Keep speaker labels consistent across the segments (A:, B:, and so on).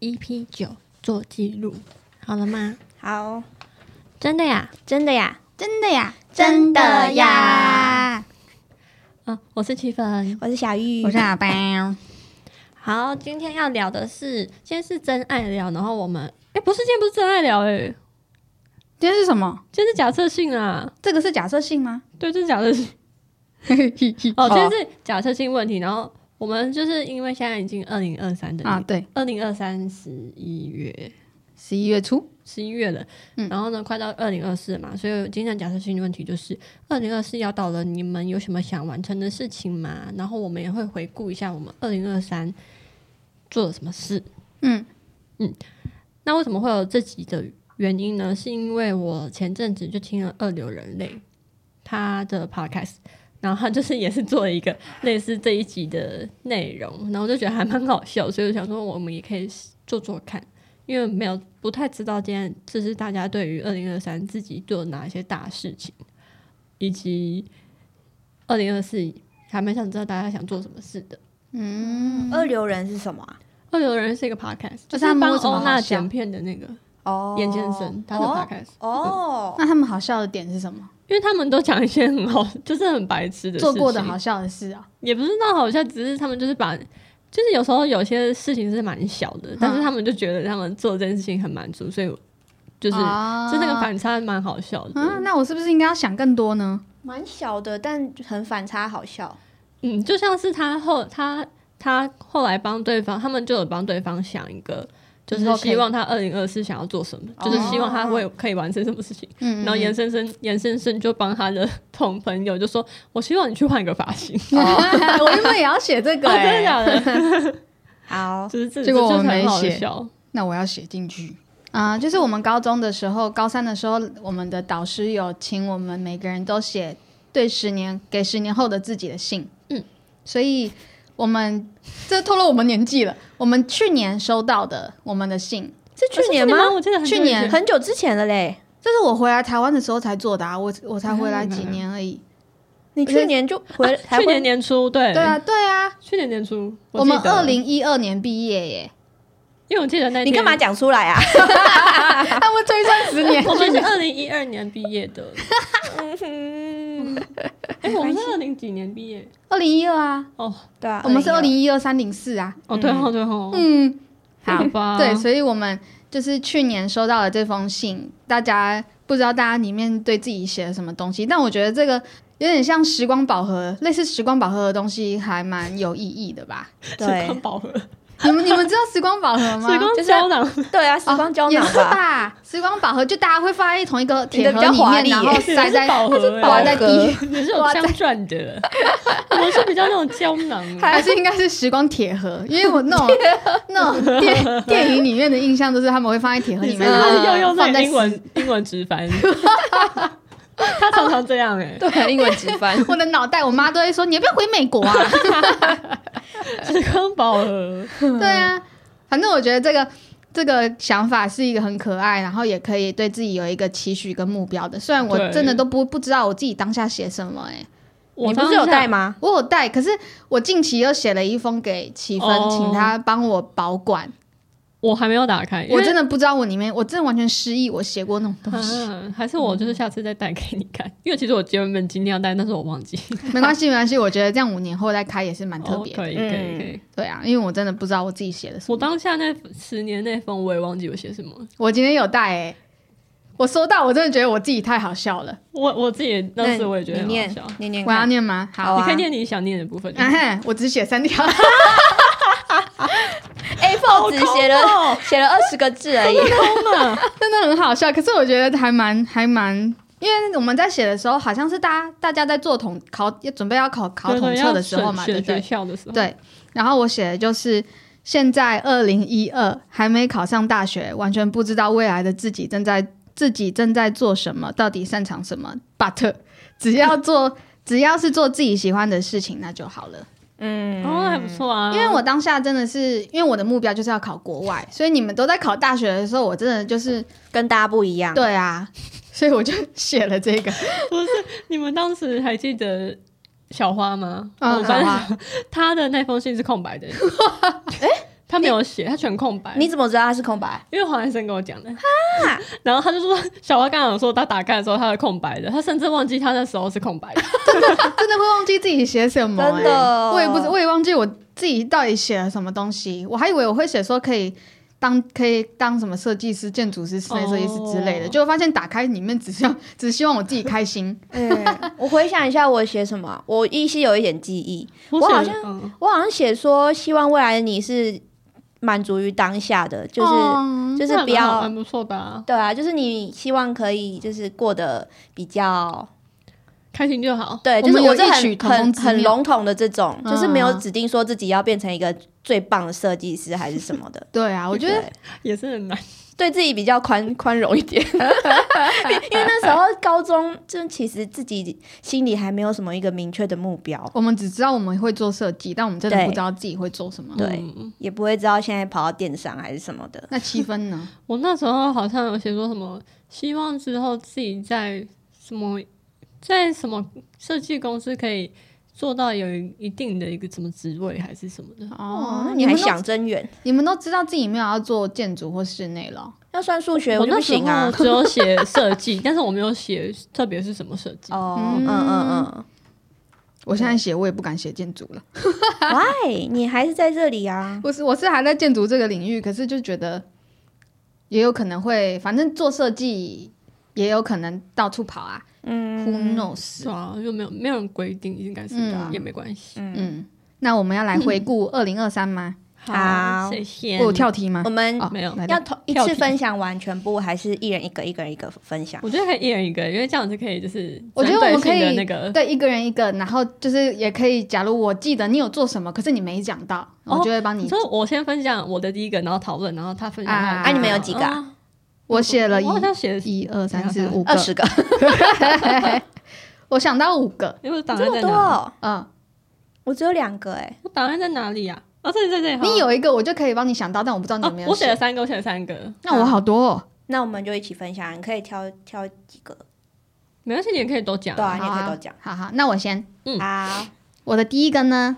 A: EP ，E 九做记录，好了吗？
B: 好，
A: 真的呀？
B: 真的呀，真的呀，
C: 真的 呀！
A: 嗯、我是七分。
B: 我是啊小玉，
C: 我是阿班，
A: 好，今天要聊的是，先是真爱聊，然后我们，哎、不是，今天不是真爱聊、诶哎，
C: 今天是什么？
A: 今天是假设性啊，
C: 这个是假设性 吗？
A: 对，这是假设性。哦，今天是假设性问题，然后我们就是因为现在已经二零二三的
C: 啊，对，
A: 二零二三十一月
C: 十一月初，
A: 十一月了，
C: 嗯
A: 然后呢，快到二零二四嘛，所以今天的假设性问题就是二零二四要到了，你们有什么想完成的事情吗？然后我们也会回顾一下我们二零二三做了什么事。
C: 嗯
A: 那为什么会有这集的原因呢？是因为我前阵子就听了二流人类他的 podcast，然后他就是也是做了一个类似这一集的内容，然后我就觉得还蛮好笑，所以我想说我们也可以做做看，因为没有不太知道今天这是大家对于二零二三自己做哪些大事情，以及二零二四还蛮想知道大家想做什么事的。
C: 嗯，
B: 二流人是什么啊？
A: 二流人是一个 podcast，
C: 就是是他们
A: 帮
C: 为什么
A: 欧娜
C: 好笑
A: 剪片的那个
B: 哦
A: 严先生，他的 podcast。
B: 哦，
C: 那他们好笑的点是什么？
A: 因为他们都讲一些很好， 就是很白痴的事情
C: 做过的好，笑的事啊，
A: 也不是那好笑，只是他们就是把，就是有时候有些事情是蛮小
C: 嗯
A: 的，但是他们就觉得他们做这件事情很满足，所以就是、
C: 啊
A: 就那个反差蛮好笑的。
C: 啊，那我是不是应该要想更多呢？
B: 蛮小的，但很反差，好笑。
A: 嗯，就像是他后他他后来帮对方，他们就有帮对方想一个。就是希望他二零二四想要做什么
C: 哦
A: 就是希望他会可以完成什么事情。
C: 嗯
A: 然后严先生严先生就帮他的 同朋友就说：“我希望你去换一个发型。
C: 我原本也要写这个
A: 哦，真的
C: 欸，
A: 假的？
B: 好，
A: 就是这
C: 结果
A: 这
C: 我们
A: 就很
C: 没
A: 好
C: 写
A: 笑
C: 那我要写进去。啊、就是我们高中的时候，高三的时候，我们的导师有请我们每个人都写对十年给十年后的自己的信。
A: 嗯，
C: 所以我们这透露我们年纪了。我们去年收到的我们的信，
B: 是去年吗？
A: 我记得很久以
C: 去年
A: 前
B: 很久之前了嘞。
C: 这是我回来台湾的时候才做的啊，我我才回来
A: 嗯
C: 几年而已。
B: 你去年就回
A: 啊
B: 才
A: 去
B: 回
A: 年年初对
C: 对啊，，对啊，
A: 去年年初
C: 我们
A: 记得
C: 二，零一二年毕业耶，
A: 因为我记得那
B: 你干嘛
A: 讲？
B: 讲出来啊？
C: 他们推算十年
A: 我 们是二零一二年毕业的，
B: 嗯
A: 哎，我们是二零几年毕业？
C: 二零一二啊，
A: 哦
B: 对啊，
C: 我们是二
B: 2012
C: 零一二三零四啊，
A: 哦，对哦对哦，
C: 嗯，
A: 好 吧，
C: 对，所以我们就是去年收到了这封信，大家不知道大家里面对自己写了什么东西，但我觉得这个有点像时光宝盒，类似时光宝盒的东西，还蛮有意义的吧？
A: 时
B: 对
A: 光宝 盒，时
C: 你们你们知道时光宝盒吗？哦
A: 光胶囊，
B: 对啊，时光胶
C: 也
B: 囊
C: 是
B: 吧，
C: 吧，时光宝盒就大家会放在同一个
B: 你的
C: 铁盒
B: 比较
C: 里
B: 华
C: 面，
B: 丽
C: 然
B: 耶
C: 后 塞在
A: 宝
B: 哎
A: 盒，
C: 挂在地，
A: 也是有
C: 挂在
A: 枪转的， 我们是比较那种胶囊，
C: 还是应该是时光铁盒，因为我那种那种电电影里面的印象都是他们会放在铁盒里 面，
B: 啊
C: 然
A: 又
C: 后
A: 用
C: 放
A: 那
C: 在
A: 个英文英文直翻， 他常常这样哎，
B: 对，英文直翻
C: 我的脑袋，我妈都会说你要不要回美国啊？
A: 时光宝盒，
C: 对啊，反正我觉得这个这个想法是一个很可爱，然后也可以对自己有一个期许跟目标的。虽然我
A: 对
C: 真的都不不知道我自己当下写什么、欸，
A: 我
B: 你不是有带
A: 吗？
B: 吗？
C: 我有带，可是我近期又写了一封给齐芬，
A: 哦
C: 请他帮我保管。
A: 我还没有打开，因
C: 我
A: 为
C: 真的不知道我里面，我真的完全失忆，我写过那种东 西。
A: 嗯，还是我就是下次再带给你看， 因为其实我原本今天要带，但是我忘记。
C: 没关系，没关系，我觉得这样五年后再开也是蛮特别
A: 哦
C: 的。
A: 可以可以
B: 嗯
A: 可以。
C: 对啊，因为我真的不知道我自己写的什么。
A: 我当下那十年那封我也忘记我写什么了，
C: 我今天有带、欸，我收到，我真的觉得我自己太好笑了。
A: 我我自己当时我也觉得
B: 你
A: 很好
B: 念
A: 笑。
B: 念念
C: 我要
B: 看，
C: 念吗？好
A: 你
C: 啊
A: 可以。念你想念的部分。
C: 啊哼，我只写三条。
B: A four 只写了写了二十个字而已，
C: 真的很好笑，可是我觉得还蛮还蛮，因为我们在写的时候，好像是大家大家在做统考，准备要考考
A: 对
C: 统
A: 对
C: 测
A: 要
C: 的时候嘛，
A: 选选
C: 对不对
A: 学？校的时候，
C: 对。然后我写的就是现在二零一二还没考上大学，完全不知道未来的自己正在自己正在做什么，到底擅长什么。But 只要做只要是做自己喜欢的事情，那就好了。
B: 嗯，
A: 哦，还不错啊。
C: 因为我当下真的是，因为我的目标就是要考国外，所以你们都在考大学的时候，我真的就是
B: 跟大家不一样，
C: 对啊，所以我就写了这 个。
A: 你们当时还记得小花吗？
C: 嗯
A: 我班
C: 小花
A: 她的那封信是空白的。哎，他没有写，他全空白。
B: 你怎么知道它是空白？
A: 因为黄医生跟我讲的，然后他就说小花刚刚有说他打开的时候他是空白的，他甚至忘记他那时候是空 白的。
C: 啊真的会忘记自己写什么、欸，
B: 真的哦
C: 我也不知，我也忘记我自己到底写了什么东西。我还以为我会写说可以当可以当什么设计师、建筑师、室内设计师之类的，
A: 哦
C: 结果发现打开里面只是要 只希望我自己开心。
B: 嗯，我回想一下我写什么啊，我依稀有一点记忆。我
A: 写
B: 好像
A: 嗯
B: 我好像写说，希望未来的你是满足于当下的， 就是、
C: 嗯
B: 就是
A: 那
B: 不
A: 蛮好
B: 要
A: 蛮不错的啊，
B: 对啊，就是你希望可以就是过得比较
A: 开心就好。
B: 对，
C: 我
B: 就
C: 们
B: 是我
C: 有
B: 是
C: 异
B: 很
C: 曲同工
B: 很
C: 之
B: 很
C: 妙
B: 笼统的这种，
C: 嗯
B: 就是没有指定说自己要变成一个最棒的设计师还是什么的。
C: 对啊，我觉得
B: 对
A: 也是很难。
B: 对自己比较宽宽容一 点，因为那时候高中就其实自己心里还没有什么一个明确的目标，
C: 我们只知道我们会做设计，但我们真的
B: 对
C: 不知道自己会做什么。
B: 对
A: 嗯
B: 也不会知道现在跑到电商还是什么的。
C: 那七 分呢？
A: 我那时候好像有写说什么，希望之后自己在什么在什么设计公司可以做到有一定的一个什么职位还是什么的。
B: 哦，那
C: 你
B: 你还
C: 们都
B: 想真远，
C: 你们都知道自己没有要做建筑或室内了。
B: 要算数学
A: 我
B: 我就
A: 那
B: 不
A: 时
B: 行啊
A: 候。只有写设计， 但是我没有写特别是什么设计。
B: 哦，
C: 嗯
B: 嗯 嗯
C: 我现在写我也不敢写建筑了，
B: 嗯，喂，你还是在这里啊？
C: 我是我是还在建筑这个领域，可是就觉得也有可能会，反正做设计也有可能到处跑啊、w h o
B: 嗯，
C: knows？
A: 对啊，就没有没有人规定应该是
C: 嗯
A: 的啊，也没关系。
C: 嗯，那我们要来回顾二零二三吗？
B: 好
A: 谢谢。
C: 我有跳题吗
B: 我？们
C: 哦
A: 没有
C: 来
B: 要
C: 的
B: 同一
A: 跳
B: 次
A: 题
B: 分享完全部，还是一人一个，一个人一个分享？
A: 我觉得可以一人一个，因为这样子可以就是
C: 我觉得我们
A: 针对性的
C: 可以
A: 那个
C: 对一个人一个，然后就是也可以，假如我记得你有做什么，可是你没讲到，我
A: 哦
C: 就会帮你
A: 你。说我先分享我的第一个，然后讨论，然后他分享他的。
C: 啊啊你
B: 们有几个啊
A: 哦
C: 我写了一
A: 我好像写了
C: 一二三四
A: 哦
C: 五个
B: 二，十个，
C: 我想到五个，
A: 因为哎我档
B: 这
A: 案
B: 么
A: 在
B: 多
A: 哪？
B: 哦，
C: 嗯，
B: 我只有两个哎。
A: 我档案在哪里呀？啊，这里这里。好
C: 你有一个我就可以帮你想到，但我不知道你有没
A: 哦？
C: 有
A: 我写了三个，我写了三个，
C: 那我好多哦，
B: 那我们就一起分享，你可以挑挑几个，
A: 没关系，你也可以都讲
B: 对
A: 啊。
B: 啊，你也可以都讲。
C: 好好，那我先，
A: 嗯
B: 好，
C: 我的第一个呢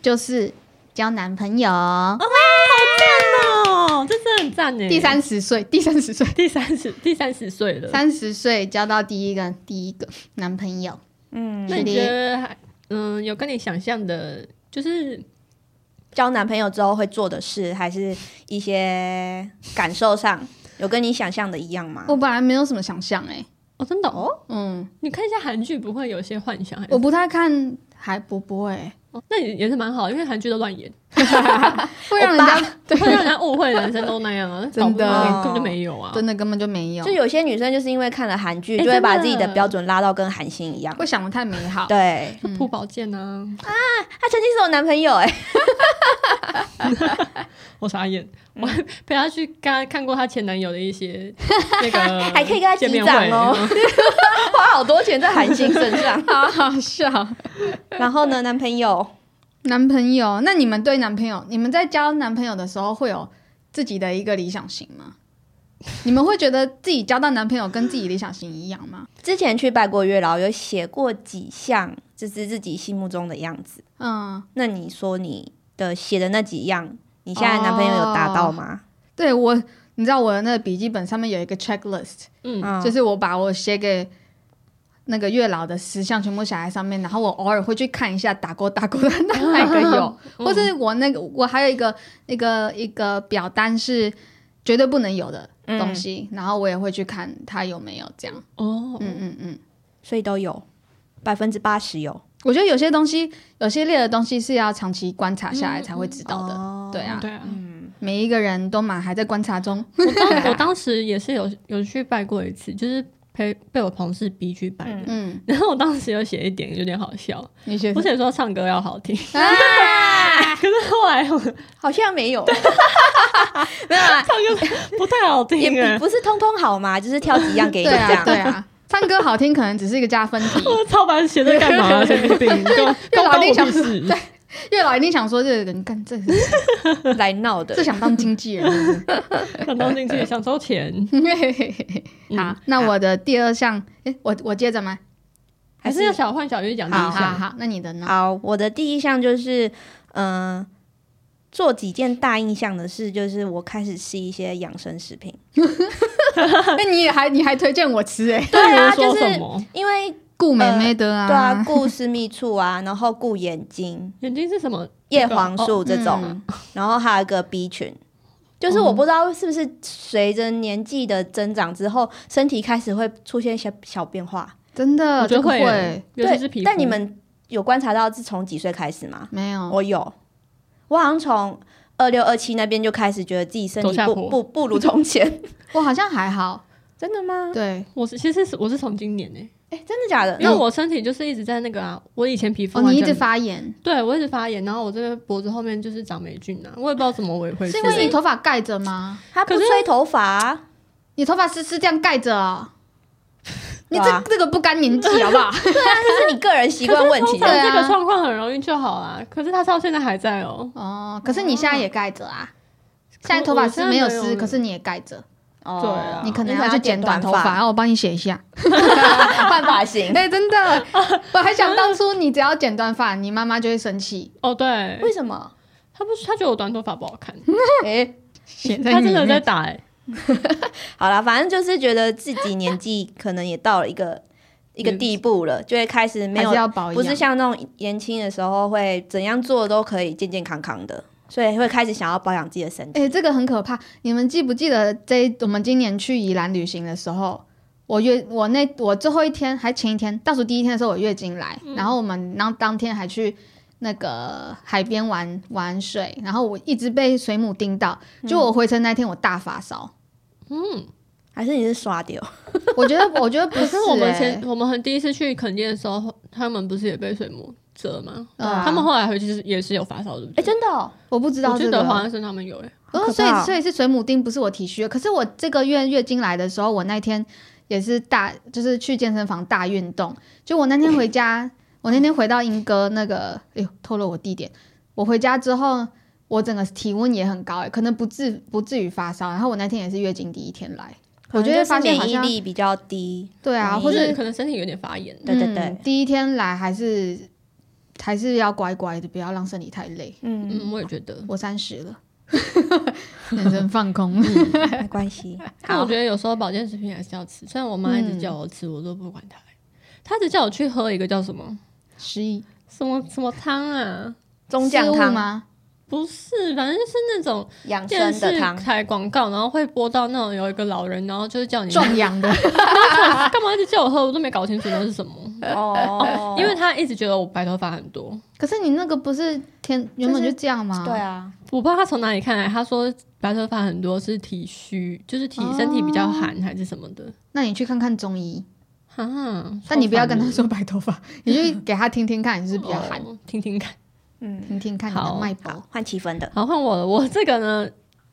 C: 就是交男朋友，
A: 哦，这真的很赞诶。
C: 啊第三十岁，第三十岁，
A: 第三十第三十岁了，
C: 三十岁交到第一个第一个男朋友，
B: 嗯，
A: 那你觉得还嗯有跟你想象的，就是
B: 交男朋友之后会做的事，还是一些感受上有跟你想象的一样吗？
C: 我本来没有什么想象哎、
A: 哦真的哦，
C: 嗯，
A: 你看一下韩剧不会有些幻想还是
C: 我不太看海波波哎，
A: 哦那也也是蛮好，因为韩剧都乱演，
C: 会让人家
A: 会让人家误会男生都那样啊，
C: 真的
A: 搞不好根本就没有啊。
C: 真的根本就没有
B: 就，有些女生就是因为看了韩剧，
A: 哎
B: 就会把
A: 真
B: 自
A: 的
B: 己的标准拉到跟韩星一样。
C: 会想的太美好。
B: 对，
A: 就朴宝剑啊，
B: 他曾经是我男朋友哎、
A: 我傻眼，我 还陪他去看看过他前男友的一些那个，
B: 还可以跟他击
A: 见面
B: 掌
A: 会
B: 哦。 花好多钱在韩星身 上。
C: 好好笑，
B: 然后呢，男朋友
C: 男朋友，那你们对男朋友，你们在交男朋友的时候会有自己的一个理想型吗？你们会觉得自己交到男朋友跟自己理想型一样吗？
B: 之前去拜过月老，有写过几项，就是自己心目中的样子。
C: 嗯，
B: 那你说你的写的那几样，你现在男朋友有达到吗？
C: 对我，你知道我的那个笔记本上面有一个 checklist，、
A: 嗯，
B: 嗯，
C: 就是我把我写给那个月老的十项全部写在上面，然后我偶尔会去看一下打勾打勾的那 那个有，或
A: 嗯
C: 是我那个我还有一个那个一个表单是绝对不能有的
B: 嗯
C: 东西，然后我也会去看它有没有这样。
A: 嗯哦，
C: 嗯嗯嗯，
B: 所以都有百分之八十有。
C: 我觉得有些东西，有些列的东西是要长期观察下来才会知道的。
B: 哦
C: 对啊，
A: 对啊，
C: 每一个人都嘛还在观察中。
A: 我 当我当时也是有有去拜过一次，就是陪被我同事逼去拜的。
C: 嗯，
A: 然后我当时有写一点有点好笑，
C: 你觉
A: 我
C: 得？
A: 写说唱歌要好听，
B: 啊，
A: 可是后来我
B: 好像没有，没有啊，
A: 唱歌不太好
B: 也
A: 听哎
B: 不，不是通通好嘛，就是挑几样给你
C: 对
B: 这
C: 啊，
B: 样。
C: 对啊，唱歌好听可能只是一个加分题。
A: 我操，把写这干嘛？啊神经病，跟
C: 又
A: 跟
C: 老
A: 关
C: 弟
A: 我
C: 想
A: 屁事。
C: 月老一定想说这个人干这个人
B: 来闹的
C: 这。想当经纪人。
A: 想当进去想收钱，嗯
C: 好，那我的第二项，诶，我我接着吗？
A: 还是要小换小玉讲第
C: 好
A: 一
C: 好
A: 项。
C: 好，那你的呢？
B: 好，我的第一项就是，嗯、做几件大印象的事，就是我开始吃一些养生食品，
C: 那你也还你还推荐我吃哎、
A: 对
B: 啊
A: 比如说
B: 就是
A: 什么？
B: 因为
C: 顾美美的啊，
B: 对啊，顾私密处啊， 然后顾眼睛、
A: 眼睛是什么？哦
B: 叶黄素这种，
C: 嗯
B: 然后还有一个 B 群。就是我不知道是不是随着年纪的增长之后，身体开始会出现一些小变化。
C: 真的
A: 我觉
C: 呃这
A: 得
C: 个
A: 会
C: 会
A: 耶，尤其是皮肤。嗯
B: 对，但你们有观察到是从几岁开始吗？
C: 没有？
B: 我有，我好像从二六二七那边就开始觉得自己身
A: 走
B: 体
A: 下
B: 不
A: 坡
B: 不不如 从前。
C: 我好像还好，
B: 真的吗？
C: 对，
A: 我是其实是我是从今年呢、
B: 哎、真的假的？
A: 因为
B: 那我
A: 我身体就是一直在那个啊，我以前皮肤
C: 哦，
A: 完
C: 你
A: 全
C: 一直发炎，
A: 对我一直发炎，然后我这边脖子后面就是长霉菌啊，我也不知道怎么我也会
C: 是
A: 是
C: 因为你头发盖着吗？
B: 他不
A: 可是
B: 吹头发啊、
C: 你头发是是这样盖着啊？你
B: 对
C: 这
B: 啊
C: 这个不干年纪好不好？
B: 这是你个人习惯问题
C: 可是。对啊
A: 这个状况很容易就好啦。可是它到现在还在哦、
C: 哦，可是你现在也盖着啊。现在头发是没有湿，可是你也盖着，
B: 哦
A: 对啊
C: 你可能
B: 你想
C: 要
B: 要
C: 去剪短头
B: 剪
C: 发，
B: 短发
C: 然后我帮你写一下。
B: 换发 型。
C: 哎，真的，我还想当初你只要剪短发，你妈妈就会生气，
A: 哦，对，
B: 为什么？
A: 他不是他觉得我短头发不好看，
B: 哎、
C: 写 在
A: 他真的有
C: 里面
A: 在打哎、
B: 好啦，反正就是觉得自己年纪可能也到了一个一个地步了，就会开始没
C: 还
B: 有
C: 是要保
B: 不是
C: 养。
B: 像那种年轻的时候会怎样做都可以健健康康的，所以会开始想要保养自己的身体。
C: 哎、这个很可怕。你们记不记得这一我们今年去宜兰旅行的时候，我月我那我最后一天还前一天倒数第一天的时候，我月经来，然后我们当当天还去那个海边玩玩水，然后我一直被水母叮到，就我回程那天我大发烧。
B: 还是你是刷掉？
C: 我觉得我觉得不
A: 可
C: 是、
A: 是我们
C: 欸
A: 前我们很第一次去垦丁的时候，他们不是也被水母蛰吗？
C: 对啊
A: 他们后来回去就是也是有发烧，对不
B: 哎、
A: 对？
B: 真的、哦，
C: 我不知道
A: 我
C: 这
A: 记
C: 个
A: 得。黄医生他们有哎、
B: 好可
C: 哦，所以
B: 怕哦
C: 所以是水母钉，不是我体虚。可是我这个月月经来的时候，我那天也是大，就是去健身房大运动。就我那天回家，我那天回到英哥那个，哎呦，透露我地点。我回家之后，我整个体温也很高、哎，可能不至不至于发烧。然后我那天也是月经第一天来，我觉得
B: 可
C: 发
B: 能就是
C: 现好
B: 免疫
C: 像
B: 力比较低。
C: 对啊，
B: 免疫
C: 或
A: 就是
C: 者
A: 可能身体有点发炎。
B: 对对对
C: 嗯第一天来还是还是要乖乖的，不要让身体太累。
B: 嗯，
A: 嗯，我也觉得。
C: 我三十了， 人生放空。
B: 没关系。
A: 但我觉得有时候保健食品还是要吃，虽然我妈一直叫我吃，我都不管她。她只叫我去喝一个叫什么
C: 失忆。
A: 什么什么汤啊，
B: 中酱
C: 食物
B: 汤
C: 吗？
A: 不是，反正是那种
B: 养
A: 电
B: 生
A: 视
B: 的汤，
A: 台广告，然后会播到那种有一个老人，然后就是叫 你
C: 壮阳的，
A: 干嘛一直叫我喝，我都没搞清楚那是什么，
B: 哦
A: 因为她一直觉得我白头发很多，
C: 可是你那个不是天原本就这样吗？
B: 对啊，
A: 我不知道他从哪里看来，他说白头发很多是体虚，就是体身体比较寒还是什么的。
C: 那你去看看中医，
A: 哈、
C: 但你不要跟他
A: 说
C: 说白头发，你就给他听听看，你是不是比较寒，
A: 哦听听看。
B: 嗯，
C: 听听看你的
A: 好
C: 脉
B: 好
C: 搏。，
B: 换七分的。
A: 好，换我了。我这个呢，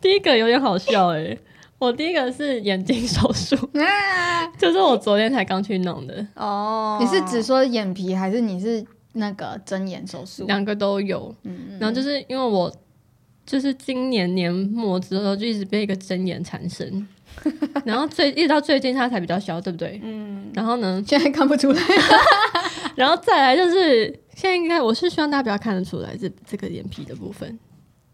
A: 第一个有点好笑诶、我第一个是眼睛手 术，
C: 啊
A: 就是我昨天才刚去弄的，
B: 哦
C: 你是只说眼皮，还是你是那个睁眼手术？
A: 两个都有。
C: 嗯
A: 然后就是因为我就是今年年末之后就一直被一个针眼缠 身，然后最一直到最近它才比较消，对不对？
B: 嗯，
A: 然后呢，
C: 现在看不出来，
A: 然后再来就是，现在应该我是希望大家不要看得出来这这个眼皮的部分。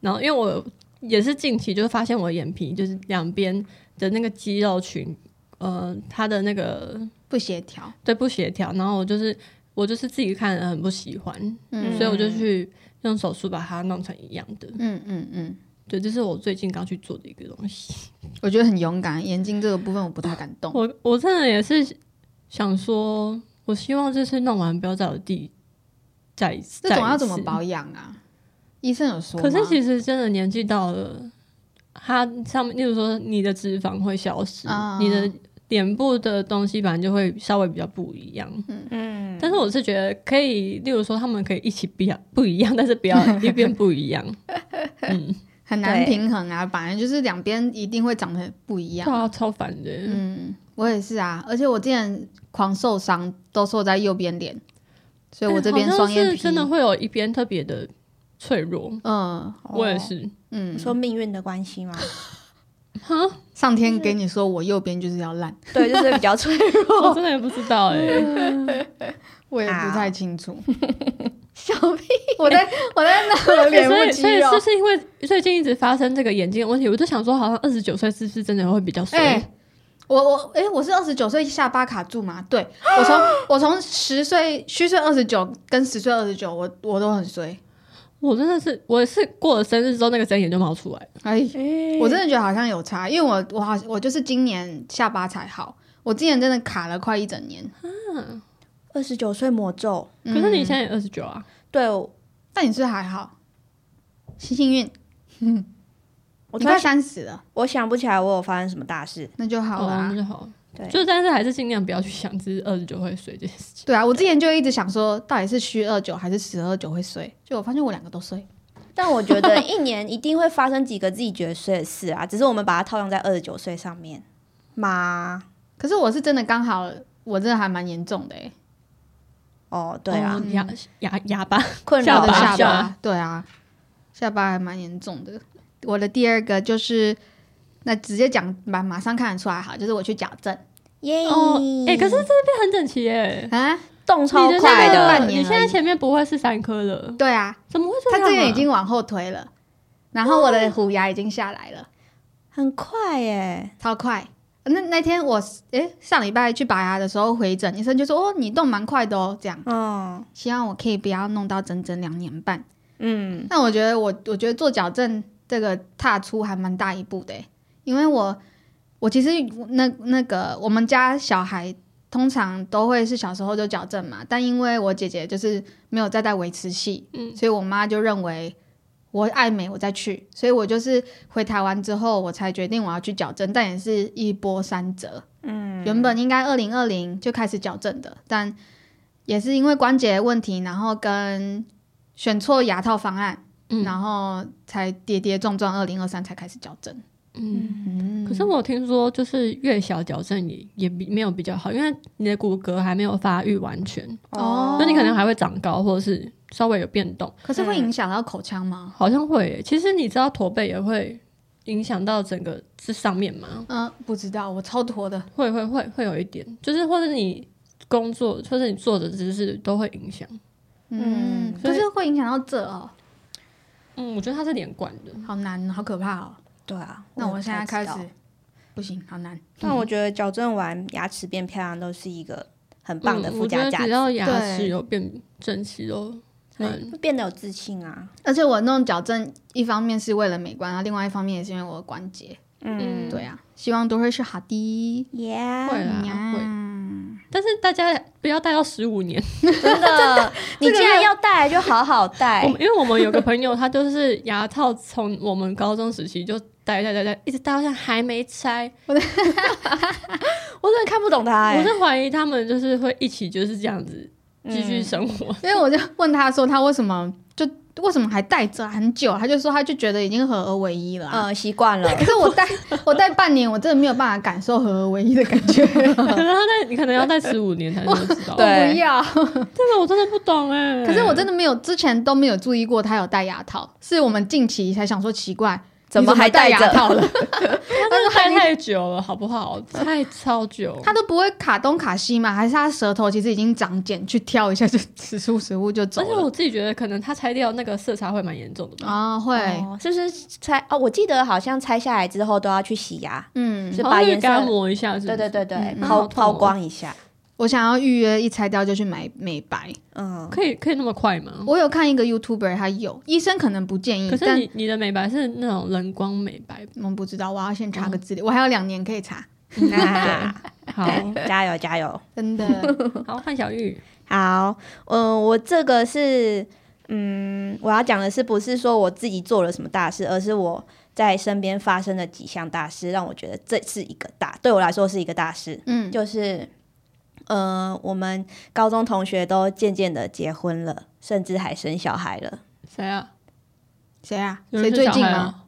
A: 然后因为我也是近期就是发现我眼皮就是两边的那个肌肉群，呃，它的那个
C: 不协调。
A: 对不协调，然后我就是我就是自己看了很不喜欢，
C: 嗯
A: 所以我就去用手术把它弄成一样的。
C: 嗯嗯嗯，
A: 对，这是我最近刚去做的一个东西。
C: 我觉得很勇敢。眼睛这个部分我不太敢动。
A: 我我真的也是想说，我希望这次弄完不要再有第再一次
C: 这种要
A: 再
C: 怎
A: 一
C: 么
A: 次
C: 保养啊？医生有说吗
A: 可是其实真的年纪到了，它上面，例如说你的脂肪会消失，
C: 啊
A: 你的脸部的东西本来就会稍微比较不一样。
B: 嗯，
A: 但是我是觉得可以，例如说他们可以一起不一样，不一样，但是不 要一边不一样。
C: 很难
B: 对
C: 平衡啊，反正就是两边一定会长得不一
A: 对
C: 样。
A: 啊，超烦的。
C: 嗯，我也是啊，而且我之前狂受伤都受在右边脸，所以我这边
A: 哎好像
C: 双眼
A: 是
C: 皮、
A: 真的会有一边特别的脆弱。
C: 嗯
A: 我也是，
B: 你
C: 嗯，
B: 说命运的关系吗？
C: 上天给你说我右边就是要烂，
B: 对，就是比较 脆弱。
A: 我真的也不知道哎、啊
C: 我也不太清楚。
B: 小 屁，
C: 我在我在那我
A: 所以
C: 脸
A: 哎所
C: 部
A: 以所
C: 肌
A: 以
C: 肉
A: 是不。是因为最近一直发生这个眼睛的问题？我就想说，好像二十九岁是不是真的会比较衰？
C: 哎、我我哎、我是二十九岁下巴卡住嘛？对，我从我从十岁虚岁二十九跟十岁二十九，我我都很衰。
A: 我真的是，我是过了生日之后，那个针眼就冒出来。
C: 哎，我
A: 嗯
B: 我
C: 真的觉得好像有差，因为我我好我就是今年下巴才好，我今年真的卡了快一整年。
B: 二十九岁魔咒，
A: 可是你
C: 嗯
A: 现在也二十九啊，
B: 对我
C: 但你是还好，幸运，
B: 我
C: 你
B: 突
C: 快
B: 然
C: 三十了，
B: 我想不起来我有发生什么大事。
C: 那就好
A: 哦
C: 啦、
A: 那就好。
B: 对，
A: 就但是还是尽量不要去想，就是二十九会衰这件事情。
C: 对啊，我之前就一直想说，到底是虚二九还是十二九会衰？就我发现我两个都衰。
B: 但我觉得一年一定会发生几个自己觉得衰的事啊，只是我们把它套用在二十九岁上面嘛。
C: 可是我是真的刚好，我真的还蛮严重的欸诶、
B: 哦，对啊，
A: 哦
C: 嗯
A: 牙牙牙巴，
B: 困
A: 下
B: 扰
C: 我的
A: 巴
B: 吧
C: 下
A: 下
C: 巴
A: 巴，
C: 对啊，下巴还蛮严重的。我的第二个就是，那直接讲马马上看得出来哈，就是我去矫正
B: 耶！
A: 哦，
C: 嗯
A: 哎、可是真的变很整齐耶、
C: 啊，
B: 动超
A: 你的
B: 快
A: 那
C: 的
A: 个
C: 半年
A: 你现在
C: 而已
A: 前面不会是三颗了？
C: 对啊，
A: 怎么会这
C: 它
A: 样、啊？
C: 这个已经往后推了，然后我的虎牙已经下来了，
B: 很快耶。
C: 超快。那那天我诶上礼拜去拔牙的时候回诊，医生就说哦你动蛮快的哦，这样
B: 嗯
C: 希望我可以不要弄到整整两年半。
B: 嗯，
C: 但我觉得我我觉得做矫正这个踏出还蛮大一步的欸，因为我我其实那那个我们家小孩通常都会是小时候就矫正嘛，但因为我姐姐就是没有再带维持系，
A: 嗯
C: 所以我妈就认为。我爱美，我再去，所以我就是回台湾之后，我才决定我要去矫正，但也是一波三折。嗯，原本应该二零二零就开始矫正的，但也是因为关节的问题，然后跟选错牙套方案，
A: 嗯
C: 然后才跌跌撞撞，二零二三才开始矫正。
A: 嗯。可是我听说，就是越小矫正也也比没有比较好，因为你的骨骼还没有发育完全，
C: 哦
A: 那、你可能还会长高，或者是稍微有变动，
C: 可是会影响到口腔吗？
A: 好像会耶。其实你知道驼背也会影响到整个这上面吗？
C: 嗯、不知道，我超驼的。
A: 会会会会有一点，就是或者你工作，或者你坐的姿势都会影响。
C: 嗯，
A: 所
C: 可
A: 以
C: 是会影响到这哦，
A: 嗯，我觉得它是连贯的。
C: 好难，好可怕哦。
B: 对啊。
C: 那我现在
B: 也不太
C: 开
B: 知道
C: 始，不行，好难。
B: 但我觉得矫正完牙齿变漂亮都是一个很棒的
A: 嗯
B: 附加
A: 我觉
B: 价
A: 得只
B: 值，
A: 要嗯牙齿
C: 对
A: 有变整齐都蛮
B: 会变得有自信啊。
C: 而且我弄矫正，一方面是为了美观，然后另外一方面也是因为我的关节。
A: 嗯
C: 对啊，希望都会是好的。
B: 耶、
A: 会啦会，
C: 嗯，
A: 但是大家不要戴到十五年。
B: 真的，你既然要戴，就好好戴
A: 我。们因为我们有个朋友，他就是牙套从我们高中时期就戴戴戴戴，一直戴到现在还没拆。
B: 我真的看不懂他
A: 我是怀疑他哎们就是会一起就是这样子继续生活。
C: 因为我就问他说他为什么就为什么还戴着很久，他就说他就觉得已经合而为一了啊、
B: 嗯，习惯 了。
C: 可是我戴我戴半年，我真的没有办法感受合而为一的感 觉。
A: 可能他戴，你可能要戴十五年才能够知道。
B: 对
C: 我不要。
A: 这个我真的不懂哎、
C: 可是我真的没有，之前都没有注意过他有戴牙套，是我们近期才想说奇怪，
B: 怎么
C: 你
B: 还
C: 戴
B: 戴
C: 牙
B: 着
C: 套了？
A: 他真的戴太久了，好不好？戴超久。
C: 他都不会卡东卡西嘛？还是他舌头其实已经长茧，去挑一下就吃出食物就走
A: 而 且
B: 哦
A: 我
C: 了？
A: 自己觉得，可能他拆掉那个色差会蛮严重的吧。
C: 啊、会，
B: 哦，是不是拆？哦，我记得好像拆下来之后都要去洗牙，
C: 嗯，
B: 是
A: 好
B: 把
A: 像就是
B: 颜
A: 给它
B: 色。
A: 磨一下是不
B: 对
A: 是，
B: 对对对，
C: 嗯
A: 好
B: 抛
A: 痛哦
B: 抛光一下。
C: 我想要预约一拆掉就去买美白。
B: 嗯，
A: 可以可以那么快吗？
C: 我有看一个 YouTuber，他有医生可能不建议
A: 可，是
C: 嗯但
A: 你你的美白是那种人光美 白，
C: 我们不知道，我要先查个资料，我还有两年可以查，
B: 那
A: 好
B: 加油加油。
C: 真的。
A: 好换小玉，
B: 好，嗯，我这个是，嗯，我要讲的是，不是说我自己做了什么大事，而是我在身边发生的几项大事，让我觉得这是一个大，对我来说是一个大事。
C: 嗯，
B: 就是，呃，我们高中同学都渐渐的结婚了，甚至还生小孩了。
A: 谁啊？
C: 谁啊？
A: 有人
C: 谁
A: 生
C: 最近
A: 小孩
C: 吗？
A: 啊？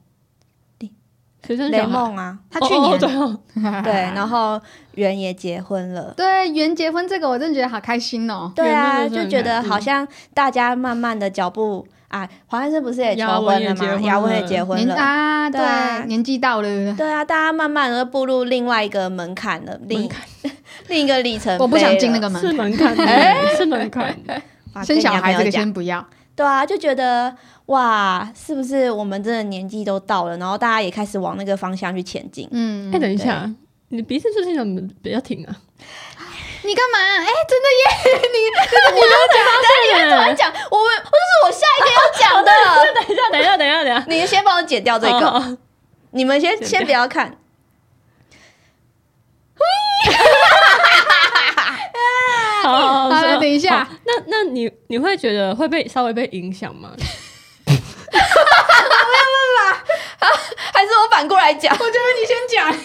A: 谁生
B: 雷
A: 小孩？
B: 梦啊，
C: 他去
A: 哦哦
C: 年
A: 哦对哦
B: 对，然后圆也结婚了。
C: 对圆结婚这个，我真的觉得好开心哦。
B: 对啊，
A: 圆真的是
B: 就
A: 很
B: 觉得
A: 开心
B: 好像大家慢慢的脚步啊，黄汉生不是也求
A: 雅文
B: 婚
A: 也
B: 了
A: 结
B: 吗？
A: 婚
B: 雅文也
A: 了
B: 结婚
C: 年
B: 了。
C: 啊，
B: 对啊
C: 对，年纪到了，
B: 对啊，大家慢慢的步入另外一个门槛了，另
A: 门
B: 一 另一个里程碑。
C: 我不想进那个。门。
A: 是门槛的，是门槛的。
B: 哇
C: 生小孩这
B: 跟你要不
C: 个
B: 要讲
C: 先不要，
B: 对啊，就觉得哇，是不是我们真的年纪都到了，然后大家也开始往那个方向去前进？
C: 嗯
A: 哎、，等一下，你鼻子最近怎么比较挺啊？
C: 你干嘛？哎，真的
A: 对
B: 突然讲，我们这是我下一个要 讲的，
A: 等一下，等一下， 等一下，等一下，
B: 你先帮我剪掉这个，
A: 哦
B: 你们先
A: 剪掉
B: 先不要看。
A: 好好
C: 好了
A: 说
C: 等一下
A: 好那那你你会觉得会被稍微被影响吗？
B: 还是我反过来讲？
C: 我觉得你先讲，不行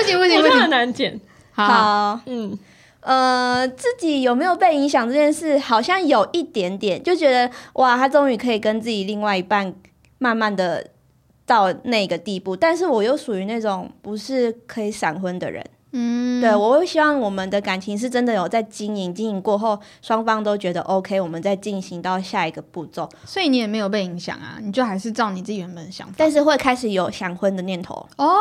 C: 不行不行
A: 我
C: 不
A: 觉得
C: 行
A: 很，难剪。
C: 好，
A: 嗯，
B: 呃，自己有没有被影响这件事，好像有一点点，就觉得哇，他终于可以跟自己另外一半慢慢的到那个地步，但是我又属于那种不是可以闪婚的人，
C: 嗯，
B: 对我会希望我们的感情是真的有在经营，经营过后双方都觉得 OK，我们再进行到下一个步骤，
C: 所以你也没有被影响啊，你就还是照你自己原本的想法。
B: 但是会开始有想婚的念头，
C: 哦，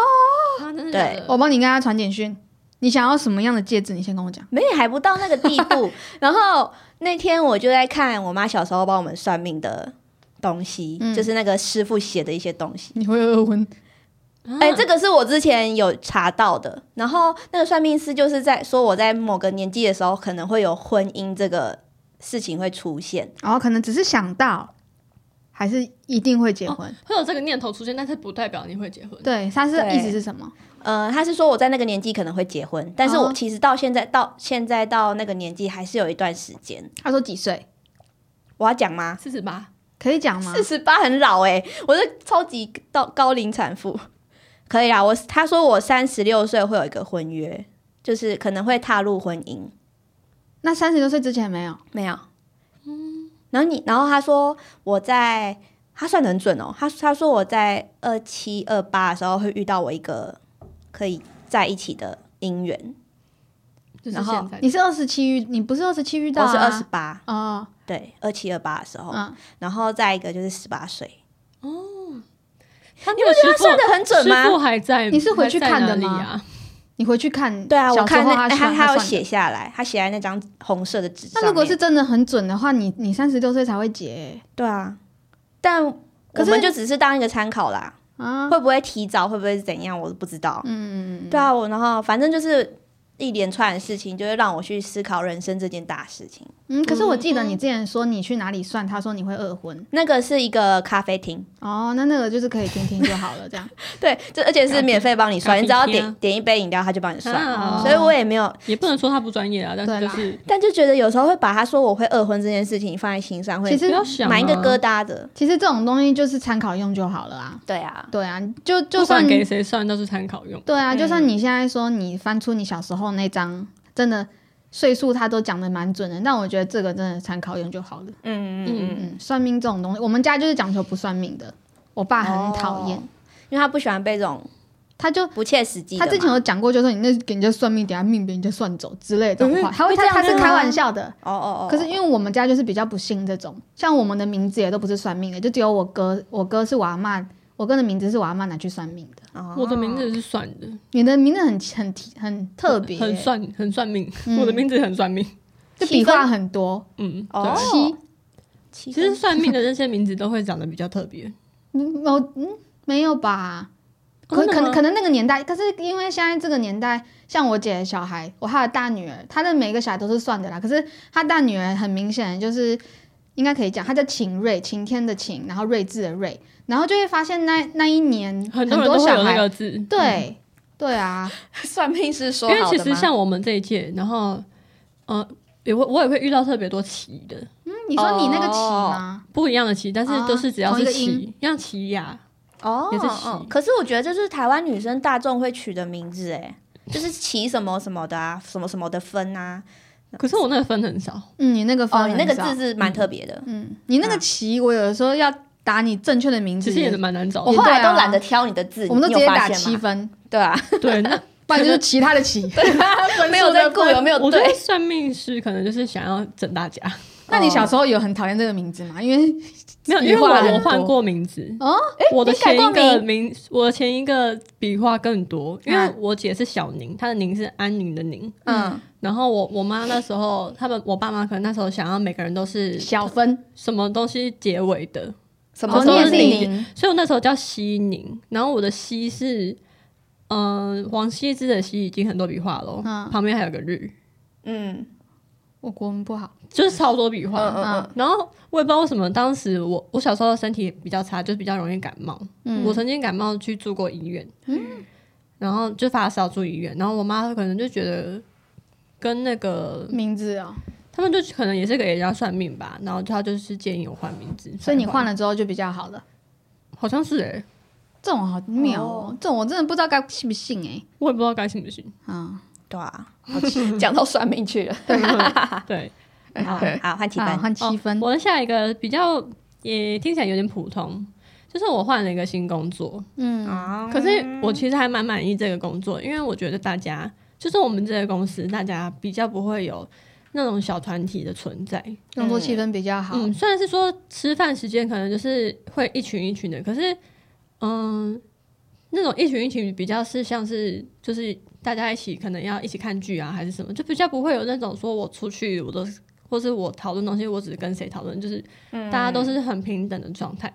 A: 啊，真的
B: 对
A: 假的
C: 我帮你跟他传简讯，你想要什么样的戒指，你先跟我讲。
B: 没还不到那个地步。 然后那天我就在看我妈小时候帮我们算命的东西，
C: 嗯
B: 就是那个师傅写的一些东西。
C: 你会二婚？
A: 啊
B: 哎、这个是我之前有查到的。然后那个算命师就是在说我在某个年纪的时候可能会有婚姻这个事情会出现，
C: 然后哦可能只是想到，还是一定会结婚？
A: 会有这个念头出现，但是不代表你会结婚。
C: 对，他是
B: 哦对
C: 意思是什么？
B: 呃，他是说我在那个年纪可能会结婚，但是
C: 哦
B: 我其实到现在到现在到那个年纪还是有一段时间。
C: 他说几岁
B: 我要讲吗？
A: 四十八，
C: 可以讲吗
B: 四？十八很老哎、我是超级到高龄产妇，可以啦。我他说我三十六岁会有一个婚约，就是可能会踏入婚姻，
C: 那三十六岁之前没有？
B: 没有。
C: 嗯
B: 然后你，然后他说我在，他算的很准哦。他他说我在二七二八的时候会遇到我一个可以在一起的姻缘，
A: 就是
B: 然后
A: 现在
C: 你是二十七遇，你不是二十七遇到、
B: 我
C: 啊？
B: 是二十八，
C: 哦，
B: 对，二七二八的时候。
C: 嗯，
B: 然后再一个就是十八岁，
A: 他那个师
B: 他算
A: 傅
B: 的很准吗
A: 师？傅还在，
C: 你是回去看的
A: 还在
C: 吗
A: 哪里啊？
C: 你回去看，
B: 对啊，我看那
C: 他
B: 哎
C: 他
B: 他他有。写下来，他写在那张红色的纸上
C: 那
B: 面。
C: 如果是真的很准的话，你你三十六岁才会结、
B: 对啊，但
C: 可
B: 我
C: 是
B: 们就只是当一个参考啦，
C: 啊？
B: 会不会提早，会不会是怎样，我都不知道。
C: 嗯，
B: 对啊，我然后反正就是一连串的事情，就会让我去思考人生这件大事情。
C: 嗯，可是我记得你之前说你去哪里算，他说你会二婚
B: 那个是一个咖啡厅，
C: 哦，那那个就是可以听听就好了，这样
B: 对，这而且是免费帮你
A: 咖
B: 算，
A: 啡
B: 你只要
A: 厅啊
B: 点点一杯饮料，他就帮你算。
A: 啊
B: 所以我也没有，
A: 也不能说他不专业啊，但是
C: 哦
A: 就
C: 对啦
A: 是
B: 但就觉得有时候会把他说我会二婚这件事情放在心上，
C: 其
B: 会
C: 实
A: 不要想啊
B: 蛮一个疙瘩的。
C: 其实这种东西就是参考用就好了啊。
B: 对啊，
C: 对啊，就就
A: 不
C: 算
A: 管给谁算都是参考用。
C: 对啊，
B: 嗯
C: 就算你现在说你翻出你小时候那张，真的岁数他都讲的蛮准的，但我觉得这个真的参考用就好了。
B: 嗯嗯嗯，
C: 嗯，算命这种东西，我们家就是讲求不算命的，我爸很讨厌，
B: 哦因为他不喜欢被这种
C: 他就。
B: 不切实际的
C: 他
B: 嘛。
C: 之前有讲过，就说你那给人家算命，等下命被人家算走之类的这种话，
B: 嗯
C: 他会
B: 会这样
C: 他是
B: 吗
C: 开玩笑的，
B: 哦哦哦，
C: 可是因为我们家就是比较不信这种，像我们的名字也都不是算命的，就只有我哥，我哥是我阿嬷，我哥的名字是我阿嬷拿去算命的。
B: 哦
A: 我的名字是算的，
C: 你的名字很很提很特别、
A: 很算很算命
C: 嗯。
A: 我的名字很算命，
C: 就笔画很多。
A: 嗯，
B: 哦
A: 对。
C: 七，
B: 其
A: 其实算命的那些名字都会长得比较特别，
C: 嗯哦嗯，没有吧？
A: 哦
C: 可
A: 真的
C: 可能
A: 吗
C: 可能那个年代，可是因为现在这个年代，像我姐的小孩，我还有大女儿，她的每个小孩都是算的啦。可是她大女儿很明显就是，应该可以讲，她叫晴瑞，晴天的晴，然后睿智的睿，然后就会发现那那一年
A: 很多人
C: 多
A: 都会
C: 小
A: 有那
C: 孩
A: 个字。
C: 对、对啊，
B: 算命是说
A: 因为其实像我们这一届，然后呃，也会我也会遇到特别多奇的，
C: 嗯，你说你那个棋吗？
A: 不一样的奇，但是
C: 哦
A: 都是只要
C: 同一
A: 是
C: 个
A: 奇
C: 音，
A: 像奇雅，
B: 哦
A: 也是
B: 哦
A: 起
B: 可是我觉得这是台湾女生大众会取的名字，哎，就是起什么什么的啊，什么什么的分啊。
A: 可是我那个分很少，
C: 嗯，你那个
B: 哦，
C: 方，
B: 你那个字，是蛮特别的，
C: 嗯，你那个棋，我有的时候要打你正确的名字
A: 其
C: 也，
A: 实也蛮难找
B: 我
A: 的。
B: 后来
C: 对啊
B: 都懒得挑你的字，
C: 我们都
B: 你
C: 直
B: 有
C: 接
B: 发
C: 打
B: 现吗
C: 七，分，
B: 对啊，
A: 对，那
C: 不然就是其他的棋。
B: 没有在顾有没有
A: 我觉得
B: 对
A: 算命师可能就是想要整大家，
C: 那你小时候有很讨厌这个名字吗？因为
A: 没有，因
C: 笔
A: 为我
C: 画很
A: 我换
C: 多
A: 过名字，
C: 哦，
A: 我的
B: 你改
A: 前
B: 过
A: 一个
B: 名
A: 名，我的前一个笔画更多，因为
C: 啊
A: 我姐是小宁，她的宁是安宁的宁。
C: 嗯，
A: 然后我我妈那时候，他们我爸妈可能那时候想要每个人都是
C: 小芬，
A: 什么东西结尾的，
B: 什
A: 么
B: 么
A: 时
B: 时
A: 候
B: 候
A: 是
B: 是
A: 你
B: 哦你？
A: 所以我那时候叫西宁。然后我的西是，嗯、王羲之的羲已经很多笔画了，
C: 嗯
A: 旁边还有个日，
B: 嗯
C: 我国文不好，
A: 就是超多笔
B: 嗯
A: 画。
B: 嗯
A: 然后我也不知道为什么，当时我我小时候身体比较差，就是比较容易感冒。
C: 嗯
A: 我曾经感冒去住过医院，然后就发烧住医院，然后我妈可能就觉得跟那个
C: 名字哦，
A: 他们就可能也是给人家算命吧，然后她就是建议我换名字，
C: 所以你换
A: 了，
C: 了之后就比较好了。
A: 好像是哎、
C: 这种好妙哦，这种我真的不知道该信不信哎。
A: 我也不知道该信不信。
C: 啊，
B: 对啊，好 奇讲到算命去了。
A: 对，哦
B: 好，好，换七
C: 好
B: 分。
C: 啊换七分，哦
A: 我的下一个比较也听起来有点普通，就是我换了一个新工作，
C: 嗯
B: 啊
A: 可是我其实还蛮满意这个工作，因为我觉得大家就是我们这个公司，大家比较不会有那种小团体的存在。
C: 工作气氛比较好，
A: 嗯，虽然是说吃饭时间可能就是会一群一群的，可是嗯，那种一群一群比较是像是就是大家一起可能要一起看剧啊，还是什么，就比较不会有那种说我出去我都或是我讨论东西，我只是跟谁讨论，就是大家都是很平等的状态。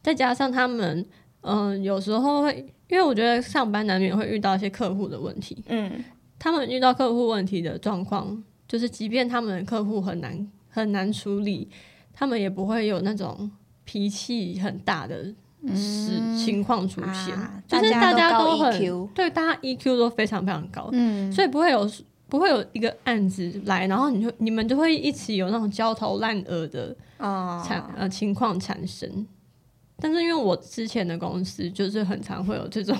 A: 再加上他们嗯，有时候会因为我觉得上班难免会遇到一些客户的问题，
B: 嗯
A: 他们遇到客户问题的状况，就是即便他们的客户很难很难处理，他们也不会有那种脾气很大的事、情况出现，
B: 嗯啊
A: 就是大家
B: 大家
A: 都
B: 都高 E
A: 很
B: EQ
A: 对，大家 EQ 都非常非常高，
C: 嗯，
A: 所以不会有不会有一个案子来，然后你就你们就会一起有那种焦头烂额的
B: 哦，
A: 产、呃情况产生。但是因为我之前的公司就是很常会有这种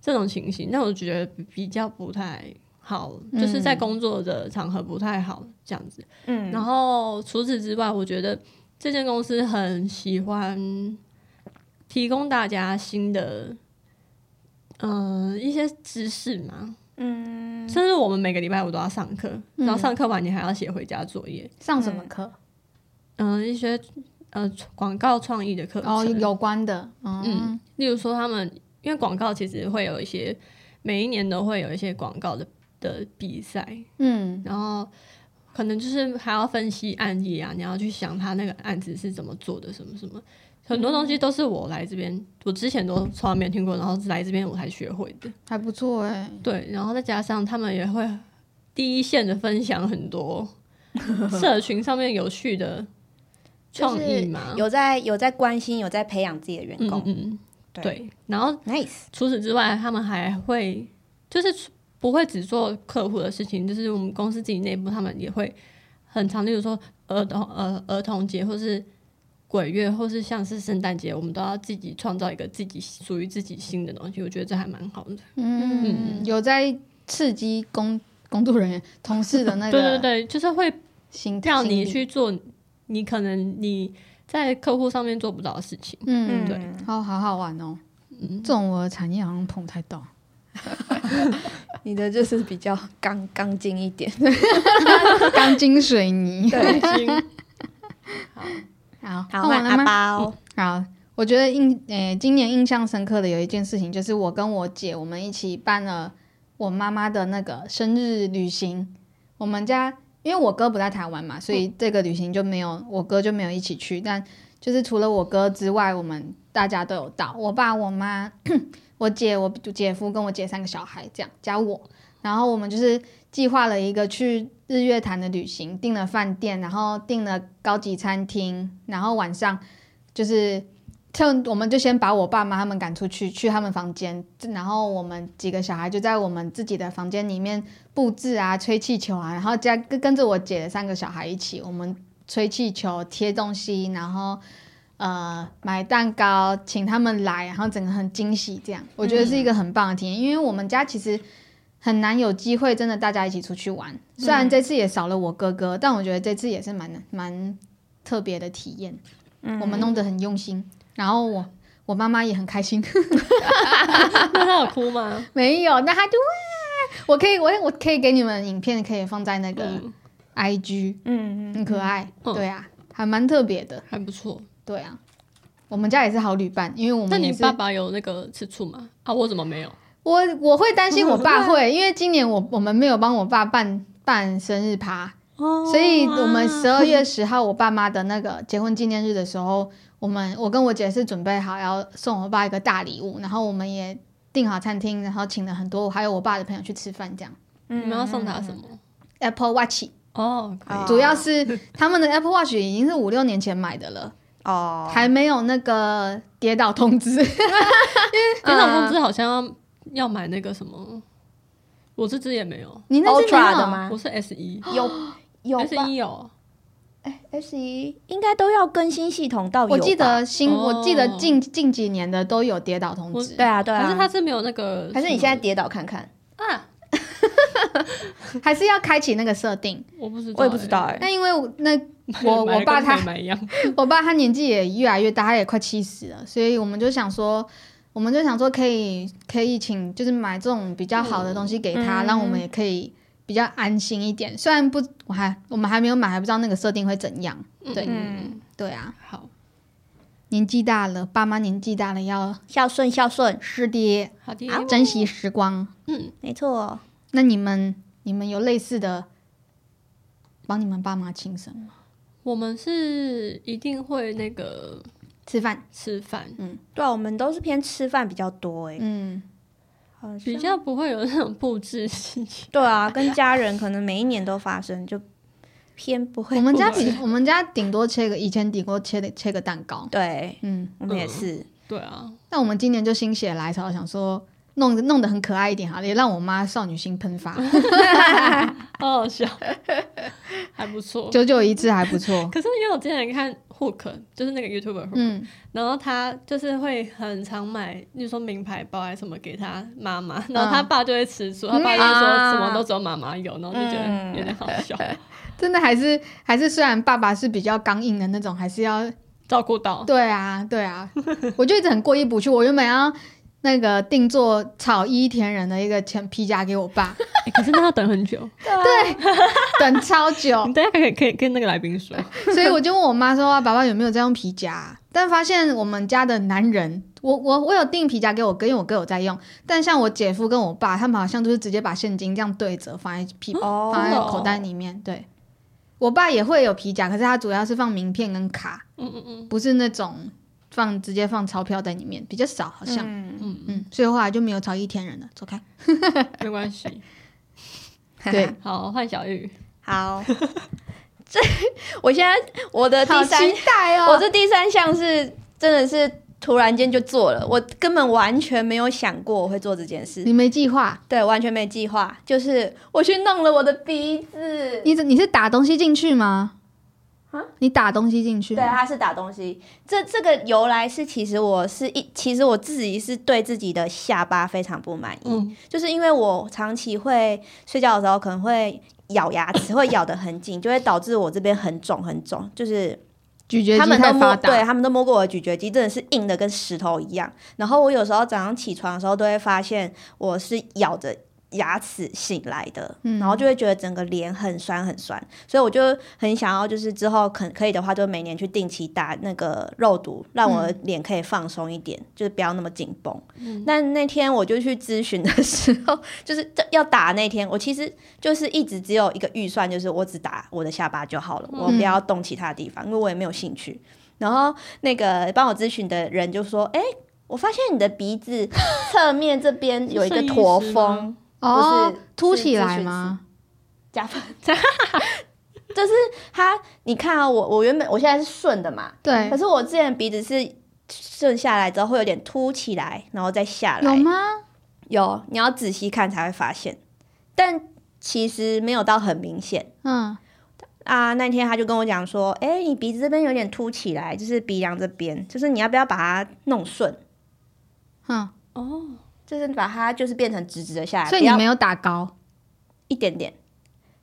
A: 这种情形，但我觉得比比较不太好，就是在工作的场合不太好这样子。
B: 嗯，
A: 然后除此之外，我觉得这间公司很喜欢提供大家新的。嗯、一些知识嘛，
B: 嗯，
A: 甚至我们每个礼拜五都要上课，然后上课完你还要写回家作业，
C: 上什么课？
A: 嗯、一些呃广告创意的课程，
C: 哦，有关的，嗯
A: 例如说他们因为广告其实会有一些每一年都会有一些广告的的比赛，
C: 嗯
A: 然后可能就是还要分析案例啊，你要去想他那个案子是怎么做的，什么什么。很多东西都是我来这边，我之前都从来没有听过，然后来这边我才学会的。
C: 还不错哎，
A: 对，然后再加上他们也会第一线的分享很多社群上面有趣的创意嘛，
B: 有在有在关心，有在培养自己的员
A: 嗯嗯
B: 工。
A: 嗯，对。然后
B: ，nice，
A: 除此之外，他们还会就是不会只做客户的事情，就是我们公司自己内部，他们也会很常，例如说儿童呃儿童节，或是鬼月，或是像是圣诞节，我们都要自己创造一个自己属于自己新的东西。我觉得这还蛮好的。
C: 嗯，有在刺激工工作人员同事的那
A: 对对
C: 个
A: 对，就是会
C: 心，
A: 让
C: 心
A: 你
C: 理，
A: 去做你可能你在客户上面做不到的事情。
C: 嗯，
A: 对
B: 嗯
C: 好好好玩哦。 这种我的产业好像碰不太到，
B: 你的就是比较刚刚劲一 点。
C: 钢筋水泥。
B: 对，
C: 好，
B: 好，
C: 换我
B: 换
C: 了
B: 阿
C: 吗？
B: 包。
C: 好，我觉得印诶、今年印象深刻的有一件事情，就是我跟我姐我们一起办了我妈妈的那个生日旅行。我们家因为我哥不在台湾嘛，所以这个旅行就没有我哥就没有一起去。但就是除了我哥之外，我们大家都有到，我爸、我妈、 我姐、我姐夫跟我姐三个小孩这样加我。然后我们就是计划了一个去日月潭的旅行，订了饭店，然后订了高级餐厅，然后晚上就是趁我们就先把我爸妈他们赶出去，去他们房间，然后我们几个小孩就在我们自己的房间里面布置啊，吹气球啊，然后加跟跟着我姐的三个小孩一起，我们啊吹气球、贴东西，然后。呃，买蛋糕，请他们来，然后整个很惊喜，这样我觉得是一个很棒的体验。因为我们家其实很难有机会真的大家一起出去玩，虽然这次也少了我哥哥，但我觉得这次也是蛮蛮特别的体验。
B: 嗯
C: 我
A: 嗯
C: 们弄得很用心，然后我我妈妈也很开 心，
A: 那他有哭吗？
C: 没有，那她就哇，我可以我我可以给你们影片，可以放在那个、
A: 嗯
C: IG，
B: 嗯嗯
C: 很可爱，
A: 嗯
C: 对啊，还蛮特别的，
A: 还不错。
C: 对啊。我们家也是好旅伴，因为我
A: 那
C: 们也
A: 你
C: 是
A: 爸爸有那个吃醋吗？啊，我怎么没有？
C: 我我会担心我爸 会，因为今年我我们没有帮我爸办办生日趴，
A: 哦
C: 所以哦我们十 二月十号我爸妈的那个结婚纪念日的时候，我们我跟我姐是准备好要送我爸一个大礼物，然后我们也订好餐厅，然后请了很多还有我爸的朋友去吃饭，这样
A: 你们要送他什么？
C: Apple Watch
A: 哦，可以
B: 嗯哦
C: 主要是他们的 Apple Watch 已经是五六年前买的了，
B: 哦，
C: 还没有那个跌倒通知。
B: 呃
A: 田长公司好像要要买那个什么，我这只也没有，
C: 你那是
B: Ultra
C: 没有
B: 的吗啊
A: 我是 S 一
B: 有有
A: ，S
B: 吧
A: 一有，
B: 哎，S 一应该都要更新系统到有
C: 我记
B: 吧
C: 得新，我记得
A: 哦
C: 近近几年的都有跌倒通
A: 我
C: 知，
B: 对啊对啊，
A: 还是它是没有那个什么？
B: 还是你现在跌倒看看，
A: 啊？
C: 还是要开启那个设定。
A: 我不知道，
B: 我也不知道
A: 欸。
B: 哎，
C: 那因为我 那我我爸他
A: 买了跟没买一 样，
C: 我爸他年纪也越来越大，他也快七十了，所以我们就想说，我们就想说可以可以请就是买这种比较好的东西给他，
B: 嗯
C: 让我们也可以比较安心一点。虽然不我还我们还没有买，还不知道那个设定会怎样。对、
B: 嗯，
C: 对啊，
A: 好，
C: 年纪大了，爸妈年纪大了要
B: 孝顺孝顺，
C: 是爹，
A: 好的，
B: 哦
C: 珍惜时光。
A: 嗯，
B: 没错，
C: 那你们你们有类似的帮你们爸妈庆生吗？
A: 我们是一定会那个
C: 吃饭，
A: 吃饭，
B: 对啊，我们都是偏吃饭比较多哎，
C: 嗯，
B: 好像
A: 比较不会有那种布置事情。
B: 对啊，跟家人可能每一年都发生，就偏不会
C: 我们家
B: 布置
C: 比我们家顶多切个以前顶多切的切个蛋糕，
B: 对，
C: 嗯，
B: 我们也是，
A: 对啊，
C: 但我们今年就心血来潮，想说弄弄得很可爱一点好了，也让我妈少女心喷发，
A: 好好 笑，还不错。
C: 久久一次还 不错。
A: 可是因为我之前看 Hook，就是那个 YouTuber，、
C: 嗯，
A: 然后他就是会很常买，例如说名牌包还是什么给他妈妈，然后他爸就会吃醋，他爸就说
B: 嗯啊嗯
A: 什么都只有妈妈有，然后就觉得有点 好笑，
C: 真的还是还是，虽然爸爸是比较刚硬的那种，还是要
A: 照顾到。
C: 对啊对啊， 我就一直很过意不去。我原本要那个定做草衣田人的一个前皮夹给我爸，
A: 欸可是那要等很久，
C: 等超久，
B: 哦
A: 你大家可以可以跟那个来宾说，
C: 所以我就问我妈说：“啊，爸爸有没有在用皮夹啊、但发现我们家的男人，我我我有订皮夹给我哥，因为我哥有在用。但像我姐夫跟我爸，他们好像就是直接把现金这样对折放在皮、
B: 哦
C: 放在口袋里面。对，我爸也会有皮夹，可是他主要是放名片跟卡，
A: 嗯嗯嗯，
C: 不是那种放直接放钞票在里面，比较少，好像。嗯
B: 嗯
C: 所以后来就没有找一天人了，走开。
A: 没关系。
C: 对，
A: 好，换小玉，
B: 好， 这我现在我呃的第
C: 好
B: 三
C: 期待哦！
B: 我这第三项是真的是突然间就做了，我根本完全没有想过我会做这件事，
C: 你没计划，
B: 对，完全没计划，就是我去弄了我的鼻子，
C: 你你是打东西进去吗？
B: 啊，
C: 你打东西进去
B: 对，啊
C: 吗？
B: 它是打东西。这这个由来是，其实我是一，其实我自己是对自己的下巴非常不满意，
A: 嗯，
B: 就是因为我长期会睡觉的时候可能会咬牙齿，会咬得很紧，就会导致我这边很肿很肿，就是
C: 咀嚼
B: 他
C: 肌
B: 们都
C: 太
B: 摸，
C: 发
B: 对
C: 达，
B: 他们都摸过我的咀嚼肌，真的是硬的跟石头一样。然后我有时候早上起床的时候，都会发现我是咬着牙齿醒来的，
C: 嗯
B: 然后就会觉得整个脸很酸很酸，所以我就很想要，就是之后可可以的话，就每年去定期打那个肉毒，让我的
C: 嗯
B: 脸可以放松一点，就是不要那么紧绷。那那天我就去咨询的时候，就是这要打那天，我其实就是一直只有一个预算，就是我只打我的下巴就好了，我
A: 嗯
B: 不要动其他地方，因为我也没有兴趣。然后那个帮我咨询的人就说：“哎、我发现你的鼻子侧面这边有一个
A: 是
B: 驼
A: 医师
B: 峰
A: 吗，
C: 哦
B: 不是，
C: 凸起来吗？
B: 加分。 就是它，你看啊，我我原本我现在是顺的嘛，
C: 对
B: 可，是我之前鼻子是顺下来之后会有点凸起来，然后再下来。
C: 有吗？
B: 有，你要仔细看才会发现，但其实没有到很明显
C: 嗯，
B: 啊。那天他就跟我讲说，哎、你鼻子这边有点凸起来，就是鼻梁这边，就是你要不要把它弄顺，
C: 嗯，
A: 哦，
B: 就是把它就是变成直直的下来，
C: 所
B: 不
C: 以 你
B: 要
C: 没有打高，
B: 一点点。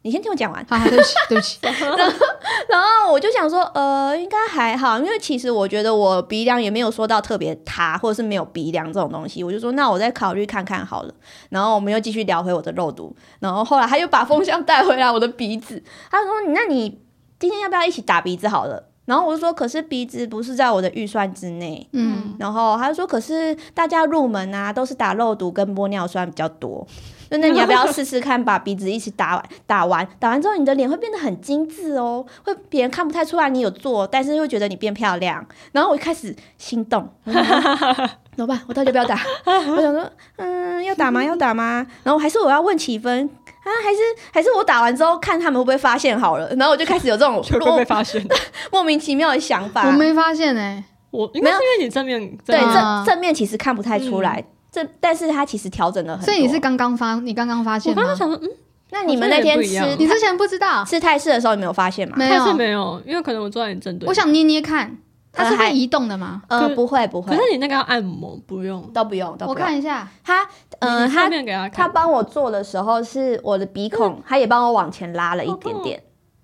B: 你先听我讲完。
C: 好好，啊对不起，对不起，
B: 然后我就想说，呃，应该还好，因为其实我觉得我鼻梁也没有说到特别塌，或者是没有鼻梁这种东西。我就说，那我再考虑看看好了。然后我们又继续聊回我的肉毒，然后后来他又把风向带回来我的鼻子，他说，那你今天要不要一起打鼻子好了？然后我就说，可是鼻子不是在我的预算之内。
C: 嗯，
B: 然后他就说，可是大家入门啊都是打肉毒跟玻尿酸比较多。那那你要不要试试看，把鼻子一起打完，打完，打完之后，你的脸会变得很精致哦，会别人看不太出来你有做，但是会觉得你变漂亮。然后我一开始心动，我 想说怎么办？我到底要不要打？我想说，嗯，要打吗？要打吗？然后还是我要问起分啊，还是还是我打完之后看他们会不会发现好了？然后我就开始有这 种
A: 就会被
B: 莫
A: 发现。
B: 莫名其妙的想法。
C: 我没发现哎、
A: 我应该是因为你正面
B: 对，
A: 正面
C: 啊
B: 正正面其实看不太出来，这但是他其实调整了很多。
C: 嗯所以你是刚刚发，你刚刚发
A: 我
C: 现吗
A: 刚？刚想说，嗯，
B: 那你们那天
A: 我觉得也不
C: 你
B: 吃
C: 之前不知道？
B: 吃泰式的时候，你没有发现吗？
C: 没
A: 但是
C: 有，
A: 没有，因为可能我坐在你正对
C: 我。想捏捏看，它是
B: 呃还
C: 会移动的吗？
B: 呃，
A: 可
B: 不会不
A: 可
B: 会
A: 是，你那个要按摩，不用。
B: 都不用，都
C: 我
B: 不用。
C: 看一下，
B: 他，呃，
A: 你
B: 他
A: 侧面给他
B: 他
A: 看，
B: 帮我做的时候，是我的鼻孔，
C: 嗯
B: 他也帮我往前拉了一点
A: 哦
B: 点，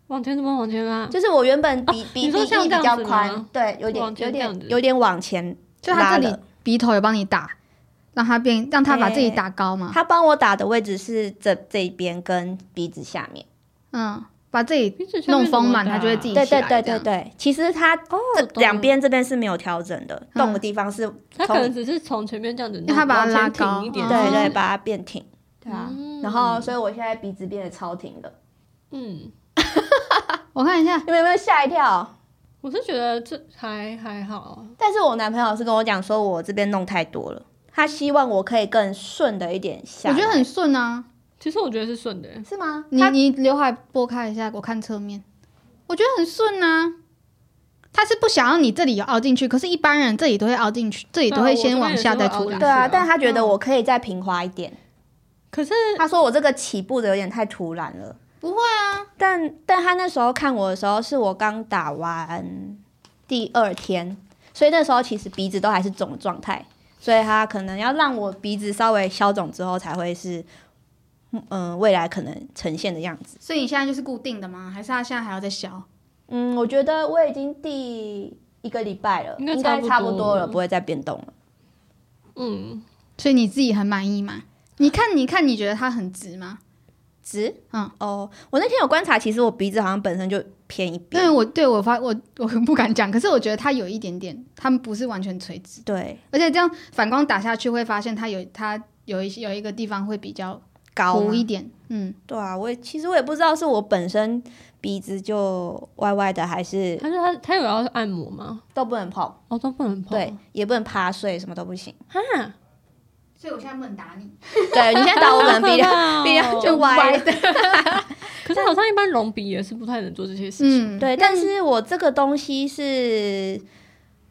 A: 往前怎么往前拉？
B: 就是我原本鼻
A: 哦你
B: 鼻鼻
A: 说
B: 翼
A: 像
B: 比
A: 这样
B: 较
A: 子
B: 宽
A: 吗，
B: 对，有点
A: 往前
B: 有
A: 这样
B: 点
A: 子
B: 有点往前
C: 就它
B: 拉
C: 这里
B: 了。
C: 鼻头有帮你打，让它变，让它把自己
B: 哎
C: 打高嘛。
B: 他帮我打的位置是这这一边跟鼻子下面，
C: 嗯，把自己
A: 鼻子下面
C: 弄
A: 怎么
C: 丰满，
A: 打
C: 它就会自己
B: 对
C: 起
B: 对
C: 来
B: 对
C: 这
B: 对
C: 样
B: 对。其实他
A: 哦
B: 这，
A: 懂
B: 两
A: 了。
B: 边这边是没有调整的，
C: 嗯
B: 动的地方是
A: 他
B: 从
A: 可能只是从前面这样子弄，
C: 因为他把它
A: 往前
C: 拉高
A: 挺一点，
C: 嗯
B: 对
C: 哦
B: 对，把它变挺，对啊。
A: 嗯
B: 然后，所以我现在鼻子变得超挺的，
A: 嗯，
C: 啊我看一下，
B: 你们有没有吓一跳？
A: 我是觉得这还还好，
B: 但是我男朋友是跟我讲说，我这边弄太多了，他希望我可以更顺的一点下
C: 我
B: 来。
C: 觉得很顺啊。
A: 其实我觉得是顺的。
B: 是吗？
C: 你
B: 他
C: 你刘海拨开一下，我看侧面，我觉得很顺啊。他是不想要你这里有凹进去，可是一般人这里都会凹进去，这里
A: 对啊
C: 都会
A: 我
C: 先
A: 这边
C: 往
A: 也是
C: 下
A: 会
C: 再
A: 凹
C: 出来
A: 进。
B: 对
A: 是
B: 啊，
A: 啊
B: 但他觉得我可以再平滑一点。
A: 可是
B: 他说我这个起步的有点太突然了。
C: 不
B: 会啊，但但他那时候看我的时候，是我刚打完第二天，所以那时候其实鼻子都还是肿的状态，所以他可能要让我鼻子稍微消肿之后，才会是，嗯、呃未来可能呈现的样子。
C: 所以你现在就是固定的吗？还是他现在还要再削？
B: 嗯，我觉得我已经第一个礼拜了，
A: 应该
B: 应该差
A: 差不
B: 不
A: 多
B: 多了，
A: 了
B: 不会再变动了。
A: 嗯，
C: 所以你自己很满意吗？你看，你看，你觉得它很直吗？
B: 直，
C: 嗯，
B: 哦，我那天有观察，其实我鼻子好像本身就偏一
C: 因
B: 边
C: 为，我对我发我我很不敢讲，可是我觉得它有一点点，它们不是完全垂直，
B: 对，
C: 而且这样反光打下去会发现它有它有一些有一个地方会比较
B: 高
C: 糊
B: 嘛
C: 一点，嗯，
B: 对啊，我也其实我也不知道是我本身鼻子就歪歪的，还是
A: 他说他他有要按摩吗？
B: 都不能碰，
A: 哦，都不能碰。
B: 对，，也不能趴睡，什么都不 行。
A: 哈，
C: 所以我现在不能打你，
B: 对你现在打我们鼻梁，
A: 梁
B: 鼻梁就歪了。
A: 可是好像一般隆鼻也是不太能做这些事情。
C: 嗯，
B: 对，但是我这个东西是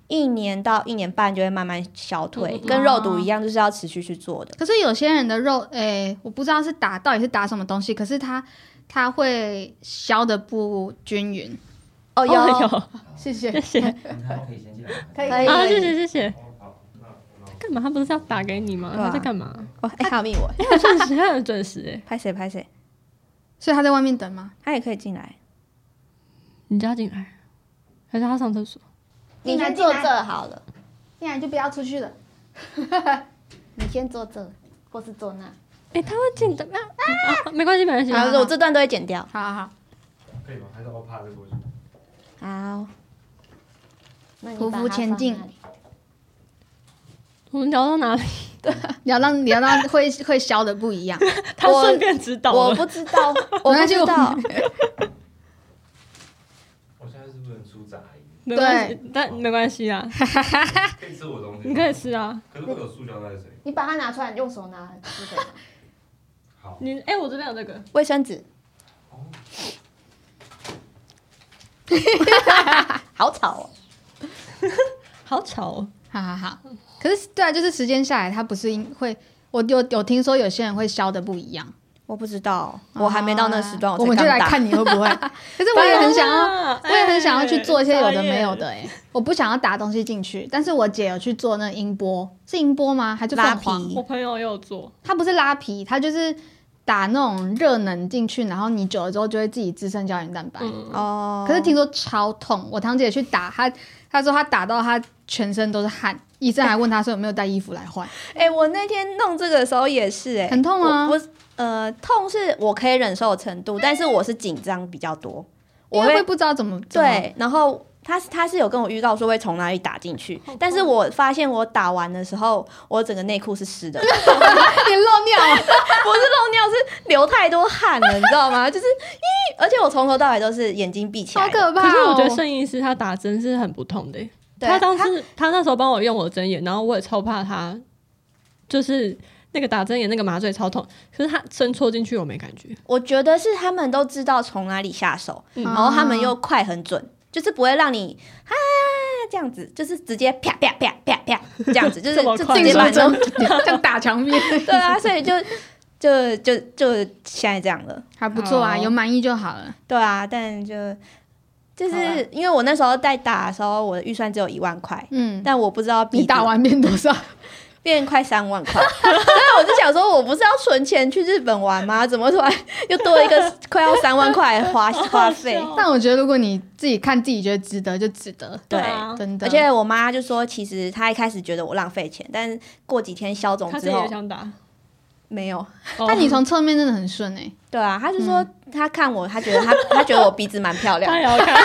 B: 一年到一年半就会慢慢消退，
A: 嗯嗯嗯
B: 跟肉毒一样，就是要持续去做的。
C: 可是有些人的肉，诶、我不知道是打到底是打什么东西，可是它它会削的不均匀。
B: 哦，哎有
A: 哦
C: 谢谢
A: 有，谢谢
D: 然后可以先进来吗。
B: 可以
C: 可以
A: 啊，谢谢谢谢。干嘛？他不是要打给你吗？
B: 对啊
A: 他在干嘛？
B: 哦，哎，还有密我，
A: 他很准时，他很准时哎。
B: 拍谁拍谁，
C: 所以他在外面等吗？
B: 他也可以进来。
A: 你叫他进来，还是他上厕所？
B: 你
C: 进来
B: 先坐
C: 进来
B: 这好了，
C: 进来就不要 出去了。
B: 你先坐这，或是坐那。
A: 哎，他会进的啊啊！没关系没关系。
B: 好，我这段都会剪掉。
C: 好好好，
D: 可以吗？还是我怕这个东西？
B: 好，那你
C: 匍
B: 把
C: 匐
B: 它
C: 前
B: 放
C: 进
B: 那里
A: 我们聊到哪里？
C: 你要让你要让会会削的不一样。
A: 他
B: 我
A: 顺便指导
B: 我
A: 了。
B: 不知 道，我不知道。
D: 我现在是不能出杂音，
A: 没关系，但没关系啊，
D: 可以吃我东西。
A: 你可以。吃啊。
D: 可是会有塑胶袋水。
B: 你把它拿出来，用手拿，
D: 好。
A: 你哎，我这边有那个，
B: 卫生纸，
D: 哦，
B: 好吵哦。
A: 好吵哦。
C: 好好好，可是对啊，就是时间下来，它不是因会，我有有听说有些人会削的不一样。哦
B: 我不知道，我还没到那时段，
C: 啊我们就
B: 才
C: 来
B: 刚打。
C: 看你会 不会。可是我也很想要，
A: 啊
C: 我也很想要去做一些有的
A: 哎
C: 没有的
B: 啊
C: 哎、我不想要打东西进去，但是我姐有去做那个音波，是音波吗？还是
B: 拉
C: 凤凰
B: 皮
A: 我朋友也有做，
C: 它不是拉皮，它就是打那种热能进去，然后你久了之后就会自己滋生胶原蛋白。
A: 嗯，
B: 哦，
C: 可是听说超痛，我堂姐去打她，她说她打到她全身都是汗，医生还问她说有没有带衣服来换，
B: 哎、我那天弄这个的时候也是、哎，
C: 很痛啊
B: 我我呃，痛是我可以忍受的程度，但是我是紧张比较多，我
C: 因为
B: 会
C: 会不知道怎么怎么
B: 对，然后他他是有跟我预告说会从哪里打进去
A: 好，
C: 哦
B: 但是我发现我打完的时候，我整个内裤是湿的，不是
C: 你啊漏尿了，
B: 漏尿，是流太多汗了，你知道吗？就是，咦，而且我从头到尾都是眼睛闭起
C: 好
B: 来的，
C: 可怕、
A: 可
C: 哦！
A: 是我觉得圣医师他打针是很不痛的欸、
B: 对
A: 他当时他那时候帮我用我的针眼，然后我也超怕他，就是那个打针眼那个麻醉超痛，可是他针戳进去我没感觉，
B: 我觉得是他们都知道从哪里下手，
A: 嗯
B: 然后他们又快很准，就是不会让你啊这样子，就是直接啪啪啪啪啪这 样子，就是
A: 这么
B: 就
A: 快
B: 直
C: 进
B: 接把
C: 水
B: 你弄
C: 中 像打墙 壁，
B: 对啊，所以就就就就现在这样了。
C: 还不错啊，
B: 好
C: 有满意就好了。
B: 对啊，但就就
A: 啊
C: 好啦
B: 是因为我那时候在打的时候，我的预算只有一万块，
C: 嗯，
B: 但我不知道
C: 你
B: 比
C: 打完变多少？
B: 变快三万块，所以我就想说，我不是要存钱去日本玩吗？怎么突然又多一个快要三万块的花花费？
A: 哦
C: 但我觉得如果你自己看自己觉得值得就值得，
B: 对
A: 啊，
C: 真的。
B: 而且我妈就说，其实她一开始觉得我浪费钱，但是过几天消肿
A: 他自
B: 之
A: 己
B: 后
A: 也想打，
B: 没有。
C: 但你
A: 哦
C: 从侧面真的很顺哎、
B: 对啊，她就说她看我，她觉得她她觉得我鼻子蛮漂亮
A: 他
B: 的，
A: 也要看，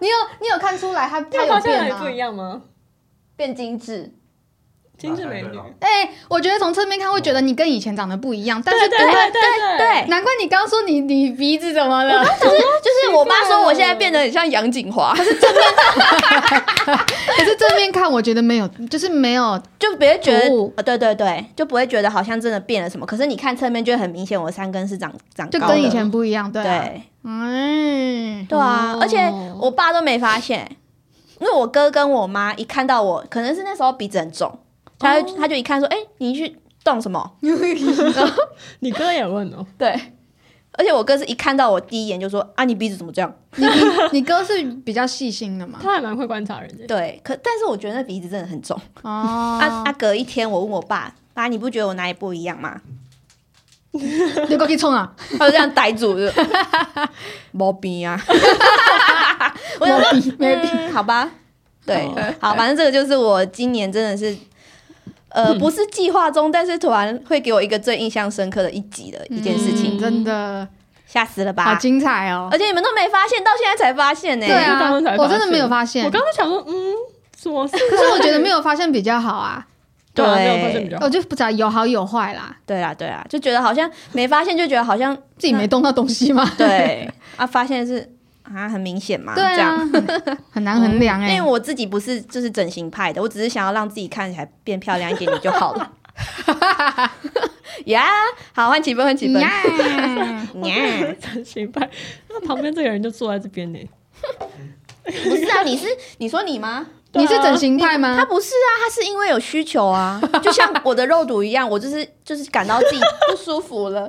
C: 你有你有看出来他 他
A: 他
C: 有
A: 发现
C: 变啊
A: 哪里
C: 吗
A: 不？一样吗？
B: 变精致。
A: 精致美女，
C: 哎、我觉得从侧面看会觉得你跟以前长得不一样，但
A: 对
C: 是哎
A: 对
C: 不会
A: 对对
B: 对，
C: 难怪你刚刚说你你鼻子怎 么了？
B: 就是我妈说我现
A: 奇怪
B: 在
A: 哦
B: 变得很像杨景华，
C: 可是正面看我觉得没有，就是没有。
B: 就别觉得
C: 突兀，
B: 呃对对对，就不会觉得好像真的变了什么。可是你看侧面就会很明显，我三根是长长
C: 就
B: 高
C: 跟
B: 的
C: 以前不一样，对、啊、
B: 对
C: 嗯，
B: 对啊
A: 哦，
B: 而且我爸都没发现，因为我哥跟我妈一看到我，可能是那时候鼻子很肿，他
C: 哦
B: 就、他就一看说，哎、你去动什么？
A: 你哥也问哦，
B: 对，而且我哥是一看到我第一眼就说，啊，你鼻子怎么这样？
C: 你你你哥是比较细心的嘛？
A: 他还蛮会观察人的，
B: 对，可但是我觉得那鼻子真的很肿。
C: 哦，
B: 啊啊，隔一天我问我爸，爸，你不觉得我哪里不一样吗？
C: 你过去冲啊！
B: 他就这样呆 住，就毛病啊。我想说
C: 没病没病，哦
B: 嗯好吧，对
A: 好，
B: 好，反正这个就是我今年真的是，呃，不是计划中，但是突然会给我一个最印象深刻的一集的一件事情，
C: 嗯真的
B: 吓死了
C: 好
B: 吧？
C: 精彩哦！
B: 而且你们都没发现，到现在才发现呢、
C: 对
A: 我就
C: 啊
A: 刚刚才，
C: 我
A: 发
C: 真的
A: 现
C: 没有发现
A: 我。刚刚想说，嗯，什么 事？
C: 可是我觉得没有发现比较好啊，
A: 对啊，
B: 对
A: 没有发现比较好
C: 我就不知道有好有坏啦，
B: 对啦，对啦，就觉得好像没发现，就觉得好 像
C: 自己没动到东西嘛。
B: 对啊，发现是啊，很明显嘛，
C: 对
B: 这样。
C: 啊，很很难衡量哎
B: 因为。我自己不是就是整形派的，我只是想要让自己看起来变漂亮一点点就好 了。呀好，换几分，换几分。呀、
C: 嗯 呀
A: 真行 吧？那旁边这个人就坐在这边呢，
B: 不是啊，你是你说你吗？
C: 你是整形派吗
B: 啊他？不是啊，他是因为有需求啊，就像我的肉毒一样，我就是就是感到自己不舒服 了，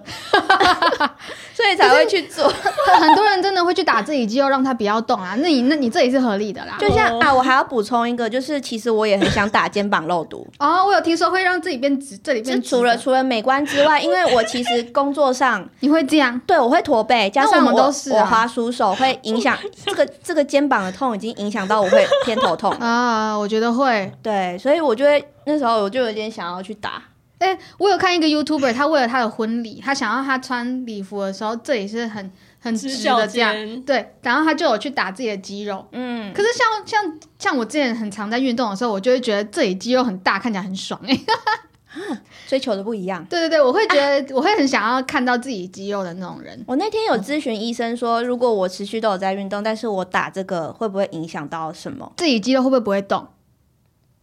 B: 所以才会去做。
C: 很多人真的会去打自己肌肉，让它不要动啊。那你那你这也是合理的啦。
B: 就像啊，我还要补充一个，就是其实我也很想打肩膀肉 毒，
C: 哦，我有听说会让自己变直，这里
B: 就
C: 变直
B: 除了
C: 的
B: 除了美观之外，因为我其实工作上
C: 你会这 样，
B: 对，我会驼背，加
C: 那
B: 上
C: 我们
B: 我
C: 都是啊。
B: 我滑鼠手会影响这个这个肩膀的痛，已经影响到我会偏头痛
C: 啊，我觉得会。
B: 对，所以我就会那时候我就有点想要去打，
C: 哎、我有看一个 YouTuber，他为了他的婚礼，他想要他穿礼服的时候，这里是很很
A: 直
C: 直
A: 角
C: 的这样，
A: 肩，
C: 对，然后他就有去打自己的肌肉。
B: 嗯，
C: 可是像像像我之前很常在运动的时候，我就会觉得这里肌肉很大，看起来很爽哎、
B: 追求的不一样。
C: 对对对，我会觉得、我会很想要看到自己肌肉的那种人。
B: 我那天有咨询医生说，如果我持续都有在运动，但是我打这个会不会影响到什么？
C: 自己肌肉会不会不会动？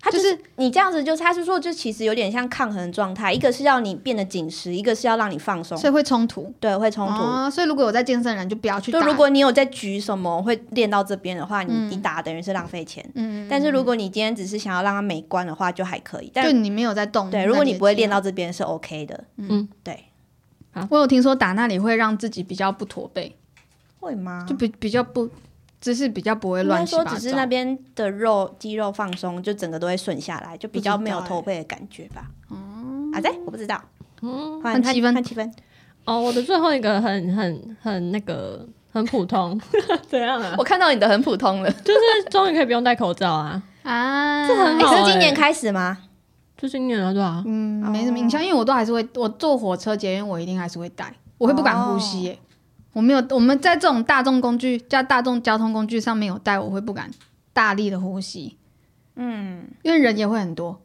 B: 他
C: 就
B: 就是是你这样子，就是他是说，就其实有点像抗衡状态，一个是要你变得紧实，一个是要让你放松
C: 所，以会冲突。
B: 对，会冲突。
C: 哦，所以如果有在健身的人就不要去打。
B: 就如果你有在举什么会练到这边的话，你、
C: 嗯
B: 你打等于是浪费钱。
C: 嗯，
B: 但是如果你今天只是想要让它美观的话，就还可以。
C: 就
B: 但
C: 你没啊有在动，
B: 对，如果你不会练，到这边是 OK 的。
A: 嗯，
B: 对，
C: 我有听说打那里会让自己比较不驼背，
B: 会吗
C: 就？比比较不姿势比较不会
B: 应
C: 乱
B: 该
C: 七
B: 说
C: 八
B: 只是
C: 糟
B: 那边的肉肌肉放松，就整个都会顺下来，就比较没有驼背的感觉吧。哦，啊，对，我不知道。
A: 嗯，
B: 换
C: 换
B: 换
C: 七分
B: 换七分。
A: 哦，我的最后一个很很很那个很普通， 怎样啊？
B: 我看到你的很普通 了，
A: 就是终于可以不用戴口罩啊！
C: 啊，
A: 这很好
B: 哎是
A: 欸
B: 今年开始吗？
A: 就今年了，对 啊，
B: 哦
C: 嗯，没什么影响，因为我都还是会，我坐火车、捷运，我一定还是会戴，我会不敢呼吸、
B: 哦
C: 耶我没有，我们在这种大众工具加大众交通工具上面有戴，我会不敢大力的呼吸，
B: 嗯，
C: 因为人也会很多。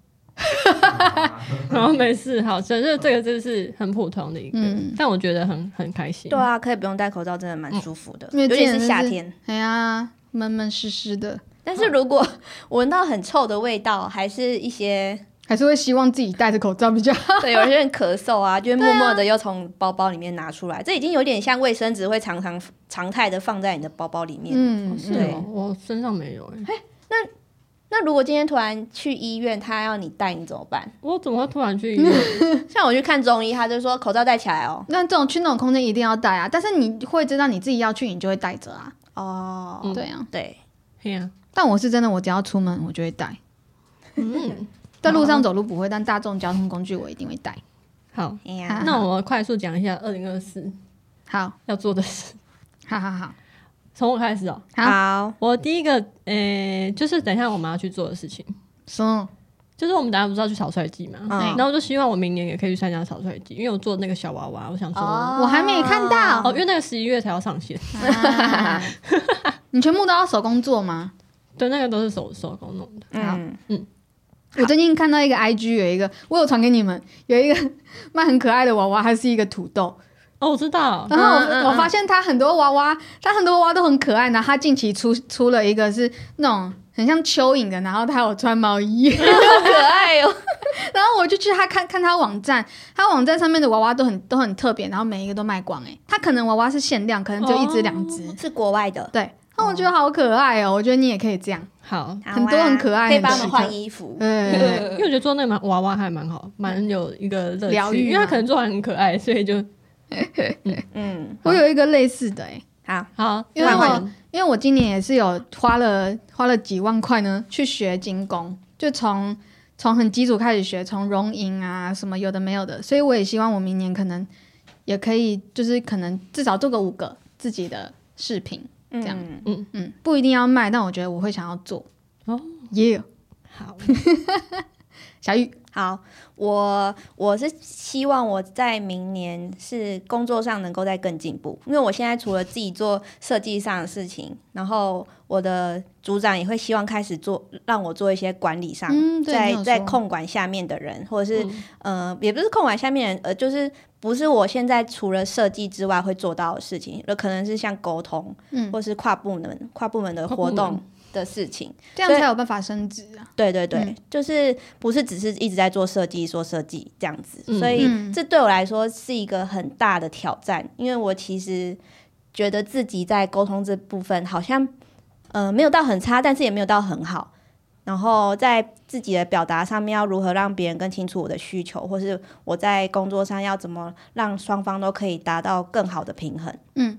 A: 然后没事，好，所以就这个就是很普通的一个，
C: 嗯
A: 但我觉得很很开心。
B: 对啊，可以不用戴口罩，真的蛮舒服的，
C: 因为
B: 尤
C: 之
B: 其
C: 前
B: 是夏天。
C: 哎呀，闷闷湿湿的，
B: 但是如果闻到很臭的味道，还是一 些
C: 还是会希望自己戴着口罩比较好。
B: 对有些人咳嗽 啊，就会默默的又从包包里面拿出来，这已经有点像卫生纸会常常常态的放在你的包包里面。
C: 嗯，
A: 是
B: 对
A: 哦，我身上没有哎、
B: 那如果今天突然去医院，他要你戴，你怎么办？
A: 我怎么会突然去医院？
B: 像我去看中医，他就说口罩戴起来哦。
C: 那这种去那种空间一定要戴啊，但是你会知道你自己要去，你就会戴着啊。
B: 哦，
A: 嗯
C: 对啊，
B: 对，
A: 嘿呀、
C: 但我是真的，我只要出门我就会戴，
A: 嗯，
C: 在路上走路不会，但大众交通工具我一定会戴。
A: 好，
B: 哎呀，
A: 那我们快速讲一下二零二四
C: 好，
A: 要做的事，
C: 好好好，
A: 从我开始哦。
C: 好
B: 好，
A: 我第一个，诶、就是等一下我们要去做的事情，
C: 什么？
A: 就是我们大家不是要去草率季嘛，
B: 嗯
A: 然后我就希望我明年也可以去参加草率季，因为我做那个小娃娃，我想说，哦，
C: 我还没看到
B: 哦
A: 因为那个十一月才要上线，
C: 啊你全部都要手工做吗？
A: 对，那个都是手手工弄的，
B: 嗯，
C: 我最近看到一个 IG 有一个，我有传给你们，有一个卖很可爱的娃娃，它是一个土豆。
A: 哦，我知道，
C: 然后我,、
B: 嗯嗯嗯
C: 我发现它很多娃娃，它很多娃娃都很可爱。然后它近期出出了一个是那种很像蚯蚓的，然后它有穿毛衣。
B: 好可爱哦。
C: 然后我就去他看看他网站，他网站上面的娃娃都很都很特别，然后每一个都卖光哎、欸。他可能娃娃是限量，可能就一只
A: 哦
C: 两只，
B: 是国外的，
C: 对。那我觉得好可爱哦、我觉得你也可以这样，
A: 好，
B: 好啊
C: 很多很可爱
B: 可以帮我
C: 很
B: 们
C: 奇特
B: 换衣服。
C: 对，
A: 因为我觉得做那个蛮娃娃还蛮好，蛮有一个乐趣
C: 疗
A: 因
C: 愈
A: 为它
C: 嘛
A: 可能做完很可爱，所以就
B: 嗯，
C: 我有一个类似的哎、欸，
B: 好，
A: 好，
C: 因为
A: 换
C: 我
A: 换
C: 因为我今年也是有花了花了几万块呢去学精工，就从从很基础开始学，从融影啊什么有的没有的，所以我也希望我明年可能也可以，就是可能至少做个五个自己的饰品。
B: 这
C: 样
B: 嗯
C: 嗯，不一定要卖，但我觉得我会想要做。
A: 哦
C: 耶
A: 好，
C: 小玉，
B: 好，我我是希望我在明年是工作上能够再更进步，因为我现在除了自己做设计上的事情，然后我的组长也会希望开始做让我做一些管理上，
C: 嗯对你
B: 在
C: 有说
B: 在控管下面的人，或者是、
A: 嗯
B: 呃，也不是控管下面人，呃，就是不是我现在除了设计之外会做到的事情，有可能是像沟通，
C: 嗯
B: 或是跨部门跨部门的
A: 跨部
B: 活动
A: 门
B: 的事情。
C: 这样
B: 所以
C: 才有办法升职啊。
B: 对对对，
C: 嗯
B: 就是不是只是一直在做设计、说设计这样子，
A: 嗯
B: 所以
C: 嗯
B: 这对我来说是一个很大的挑战，因为我其实觉得自己在沟通这部分好像呃没有到很差，但是也没有到很好。然后在自己的表达上面，要如何让别人更清楚我的需求，或是我在工作上要怎么让双方都可以达到更好的平衡。
C: 嗯，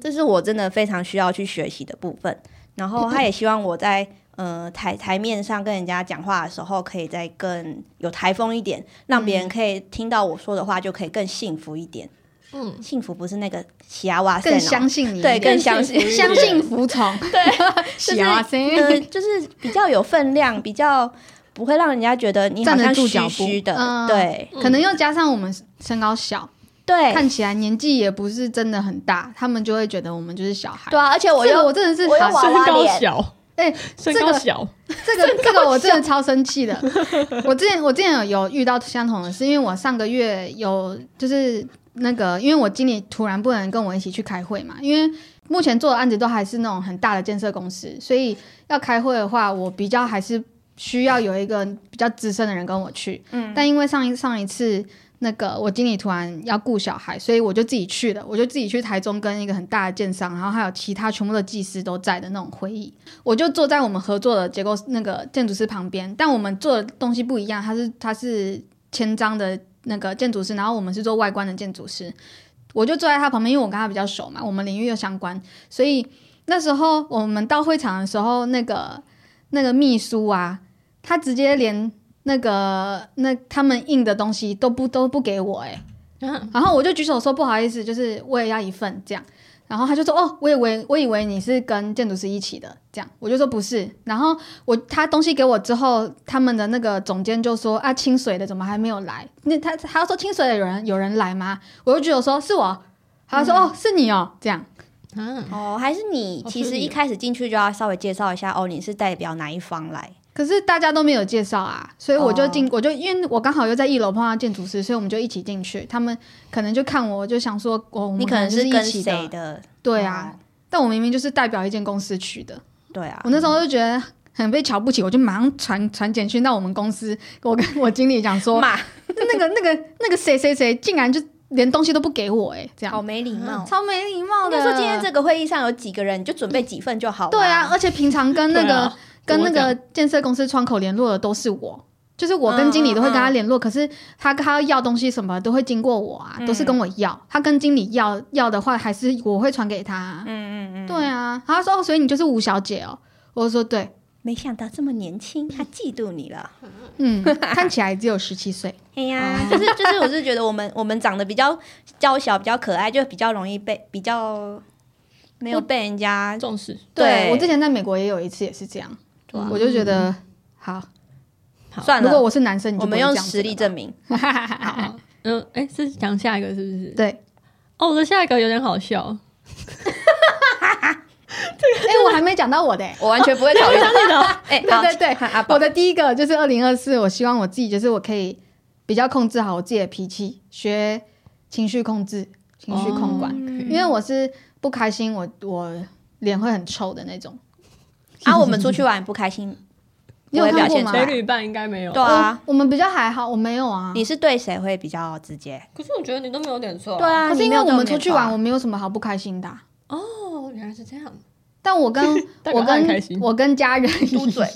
B: 这是我真的非常需要去学习的部分。然后他也希望我在呃台台面上跟人家讲话的时候，可以再更有台风一点，让别
C: 嗯
B: 人可以听到我说的话，就可以更幸福一点。
A: 嗯，
B: 幸福不是那个喜啊哇塞哦，
C: 更相信你，
B: 对更相信
A: 更
C: 相信服从，对，
B: 就是
C: 小
B: 呃，
C: 心，
B: 就是比较有分量，比较不会让人家觉得你好
C: 站得
B: 像
C: 住
B: 虚
C: 脚步
B: 虚的。
C: 嗯
B: 对
C: 可能又加上我们身高小，
B: 对
C: 看起来年纪也不是真的很大，他们就会觉得我们就是小孩
B: 对。啊，而且我
C: 这个
B: 又
C: 我真的是
B: 我又
C: 好
B: 娃
A: 身
B: 娃
A: 高
B: 脸
A: 小，
C: 哎，
A: 身
C: 这
A: 高
C: 个
A: 小，
C: 这个这个我真的超生气的。我之前我之前有有遇到相同的事，因为我上个月有就是那个，因为我经理突然不能跟我一起去开会嘛，因为目前做的案子都还是那种很大的建设公司，所以要开会的话，我比较还是需要有一个比较资深的人跟我去。嗯，但因为上一上一次。那个我经理突然要顾小孩，所以我就自己去了，我就自己去台中跟一个很大的建商，然后还有其他全部的技师都在的那种会议，我就坐在我们合作的结构那个建筑师旁边，但我们做的东西不一样，他是他是千张的那个建筑师，然后我们是做外观的建筑师，我就坐在他旁边，因为我跟他比较熟嘛，我们领域又相关，所以那时候我们到会场的时候，那个那个秘书啊，他直接连那个那他们印的东西都不都不给我、欸，然后我就举手说不好意思，就是我也要一份这样。然后他就说哦，我以为我以为你是跟建筑师一起的，这样我就说不是。然后我他东西给我之后，他们的那个总监就说啊，清水的怎么还没有来？那他他说清水的有人有人来吗？我就举手说是我，他说、哦是你哦，这样
A: 啊，
B: 哦，还是你
A: 哦
B: 其
A: 是
B: 实
A: 你
B: 一开始进去就要稍微介绍一下哦，你是代表哪一方来？
C: 可是大家都没有介绍啊，所以我就进，
B: 哦
C: 我就因为我刚好又在一楼碰到建筑师，所以我们就一起进去。他们可能就看我，我就想说，哦，我们
B: 你可能
C: 就是
B: 跟
C: 一起
B: 谁
C: 的？
B: 的？
C: 对啊，但我明明就是代表一间公司去的。
B: 对啊
C: 我，那时候就觉得很被瞧不起，我就马上传传简讯到我们公司，我跟我经理讲 说，
B: 骂，
C: 那个那个那个谁谁谁竟然就连东西都不给我、哎，这
B: 好
C: 样
B: 哦没礼貌。
C: 超没礼
B: 应
C: 貌的。
B: 该说今天这个会议上有几个人，你就准备几份就好啦。
C: 对啊，而且平常跟那
A: 对
C: 个、
A: 啊
C: 跟那
A: 跟我
C: 个建设公司窗口联络的都是我，就是我跟经理都会跟他联络，可是他他要东西什么都会经过我啊，
B: 嗯
C: 都是跟我要。他跟经理要要的话，还是我会传给他。
B: 嗯嗯嗯，
C: 对啊，他说哦，所以你就是吴小姐哦。我说对，
B: 没想到这么年轻，他嫉妒你了。
C: 嗯，看起来只有十七岁。
B: 哎呀，就是就是，我是觉得我们我们长得比较娇小，比较可爱，就比较容易被比较没有被人家
A: 重视
B: 对嗯
C: 我之前在美国也有一次也是这样，
A: 对啊
C: 我就觉得好。
A: 好
B: 算
C: 如果
B: 了。
C: 我是男生，你就
B: 我
C: 不
B: 们
C: 会这
B: 用
C: 样子
B: 实力
C: 了
B: 证明，
A: 好，嗯，哎、是讲下一个是不是？
C: 对。
A: 哦，我的下一个有点好笑，
C: 哎、我还没讲到我的、欸。
B: 我完全不会考虑到那种。哎，
C: 对
B: 好
C: 对对，
B: 看阿宝
C: 我的第一个就是二零二四，我希望我自己就是我可以比较控制好我自己的脾气，学情绪控制、情绪控管，
A: 哦可以
C: 因为我是不开心，我我脸会很臭的那种。
B: 啊，我们出去玩不开心，
C: 你
B: 我
C: 有
B: 会表
C: 看过
B: 现
C: 吗
B: 出
A: 北
B: 来。
A: 旅伴应该没有
C: 哦
B: 对。啊，
C: 我，我们比较还好，我没有啊。
B: 你是对谁会比较直接？
A: 可是我觉得你都没有点错、
B: 对啊，
C: 可是
B: 你
C: 因
B: 没
C: 为
B: 有
C: 我
B: 跟
C: 们出去玩，我
B: 联
C: 没有什么好不开心的啊、
A: 哦，原来是这样。
C: 但我跟
A: 代表
C: 我
A: 他很开心
C: 跟我跟家人
B: 络啊嘟嘴，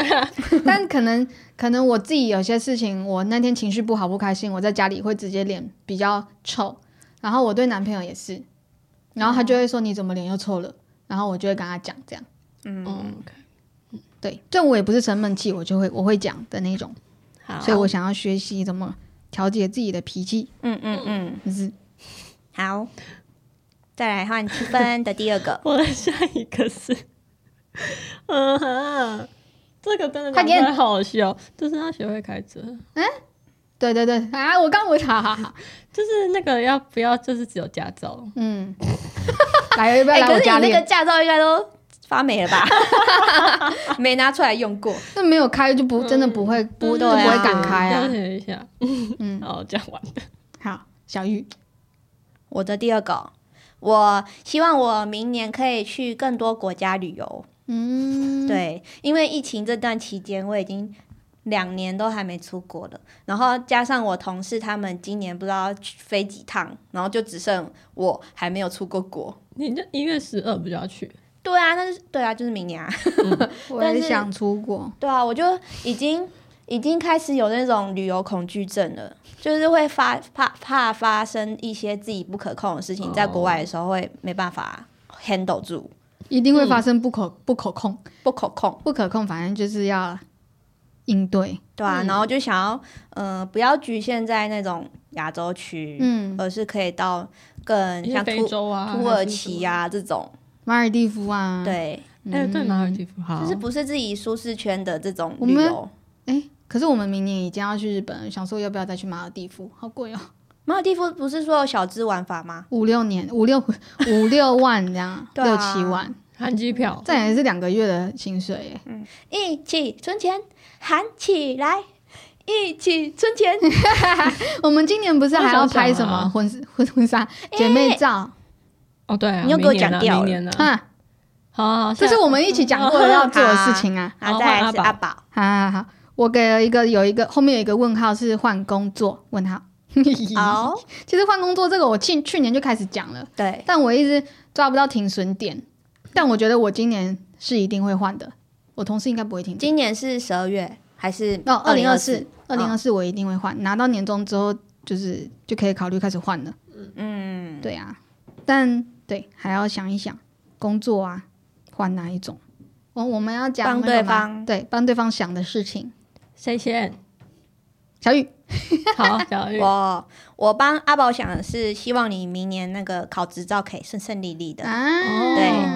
C: 但可能可能我自己有些事情，我那天情绪不好不开心，我在家里会直接脸比较臭，然后我对男朋友也是，然后他就会说你怎么脸又臭了，然后我就会跟他讲这样，
A: 嗯，
C: 对，但我也不是生闷气，我就会我会讲的那种，
B: 啊
A: 好，，
C: 所以我想要学习怎么调节自己的脾气，
B: 嗯嗯嗯，
C: 就是
B: 好。再来换七分的第二个
A: 我的下一个是， 嗯哈，这个真的讲
C: 快
A: 出
C: 点
A: 来好笑，就是要学会开车，
C: 对 对对啊，我刚我查，哈哈
A: 就是那个要不要就是只有驾照，
C: 嗯， 来要不要
B: 哎，
C: 来
B: 可
C: 我
B: 是
C: 家
B: 你
C: 里
B: 那？个驾照应该都发霉了 吧？没拿出来用过。
C: 那没有开就不哦真的不会
A: 嗯
C: 不就
B: 对
C: 不
B: 啊
C: 会敢开
A: 了
C: 啊，
A: 解一下。
C: 嗯，
A: 好，讲完。
C: 好，小玉，
B: 我的第二个，我希望我明年可以去更多国家旅游。
C: 嗯，
B: 对，因为疫情这段期间，我已经两年都还没出国了。然后加上我同事他们今年不知道去飞几趟，然后就只剩我还没有出过国。
A: 你就一月十二不就要去？
B: 对啊，但是对啊，就是明年啊。
C: 我
B: 但
C: 也
B: 是
C: 想出国。
B: 对啊，我就已经已经开始有那种旅游恐惧症了，就是会发怕怕发生一些自己不可控的事情，在国外的时候会没办法 handle 住，
C: 一定会发生不可、不可控，
B: 嗯不可控。
C: 不可控，反正就是要应对。
B: 对啊，
A: 嗯
B: 然后就想要，呃，不要局限在那种亚洲区，
C: 嗯，
B: 而是可以到更
A: 因为
B: 嗯像
A: 非
B: 土
A: 洲啊，
B: 土耳其
A: 呀，
B: 啊这种，
C: 马尔蒂夫啊，，嗯
B: 对，
A: 哎、对，马尔蒂夫好，
B: 就是不是自己舒适圈的这种
C: 我
B: 旅
C: 们
B: 游。
C: 哎、可是我们明年已经要去日本了，想说要不要再去马尔蒂夫？好贵哦，
B: 马尔蒂夫不是说有小资玩法吗？
C: 五六年，五六 五六万这样，
B: 对
C: 六
B: 啊
C: 七万，
A: 含机票，
C: 这也是两个月的薪水耶。
A: 嗯
B: 一起存钱，喊起来，一起存钱。
C: 我们今年不是还要拍什
A: 我想想
C: 么
A: 啊
C: 婚婚婚纱
B: 哎
C: 姐妹照、
A: 哦对、啊，
B: 你又给我
A: 明年啊
B: 讲掉了
A: 明年呢、啊？
C: 啊？
A: 好好好，
C: 这是我们一起讲过要做的事情啊。
B: 然后
A: 好
B: 再来
A: 换
B: 是
A: 阿
B: 阿宝，
C: 好好好，我给了一个有一个后面有一个问号是换工作问号。
B: 哦，
C: 其实换工作这个，我去去年就开始讲了，
B: 对，
C: 但我一直抓不到停损点。但我觉得我今年是一定会换的，我同事应该不会停。
B: 今年是十二月还是
C: 哦，二零二
B: 2024
C: 四，二零二四我一定会换，拿到年终之后就是就可以考虑开始换了。
B: 嗯，
C: 对啊，但对还要想一想工作啊，换哪一种。我我们要讲
B: 帮
C: 那个
B: 对
C: 吗
B: 方
C: 对帮对方想的事情。
A: 谁先？
C: 小雨，
A: 好，小玉，
B: 我我帮阿宝想的是，希望你明年那个考执照可以顺顺利利的。
C: 啊，
A: 对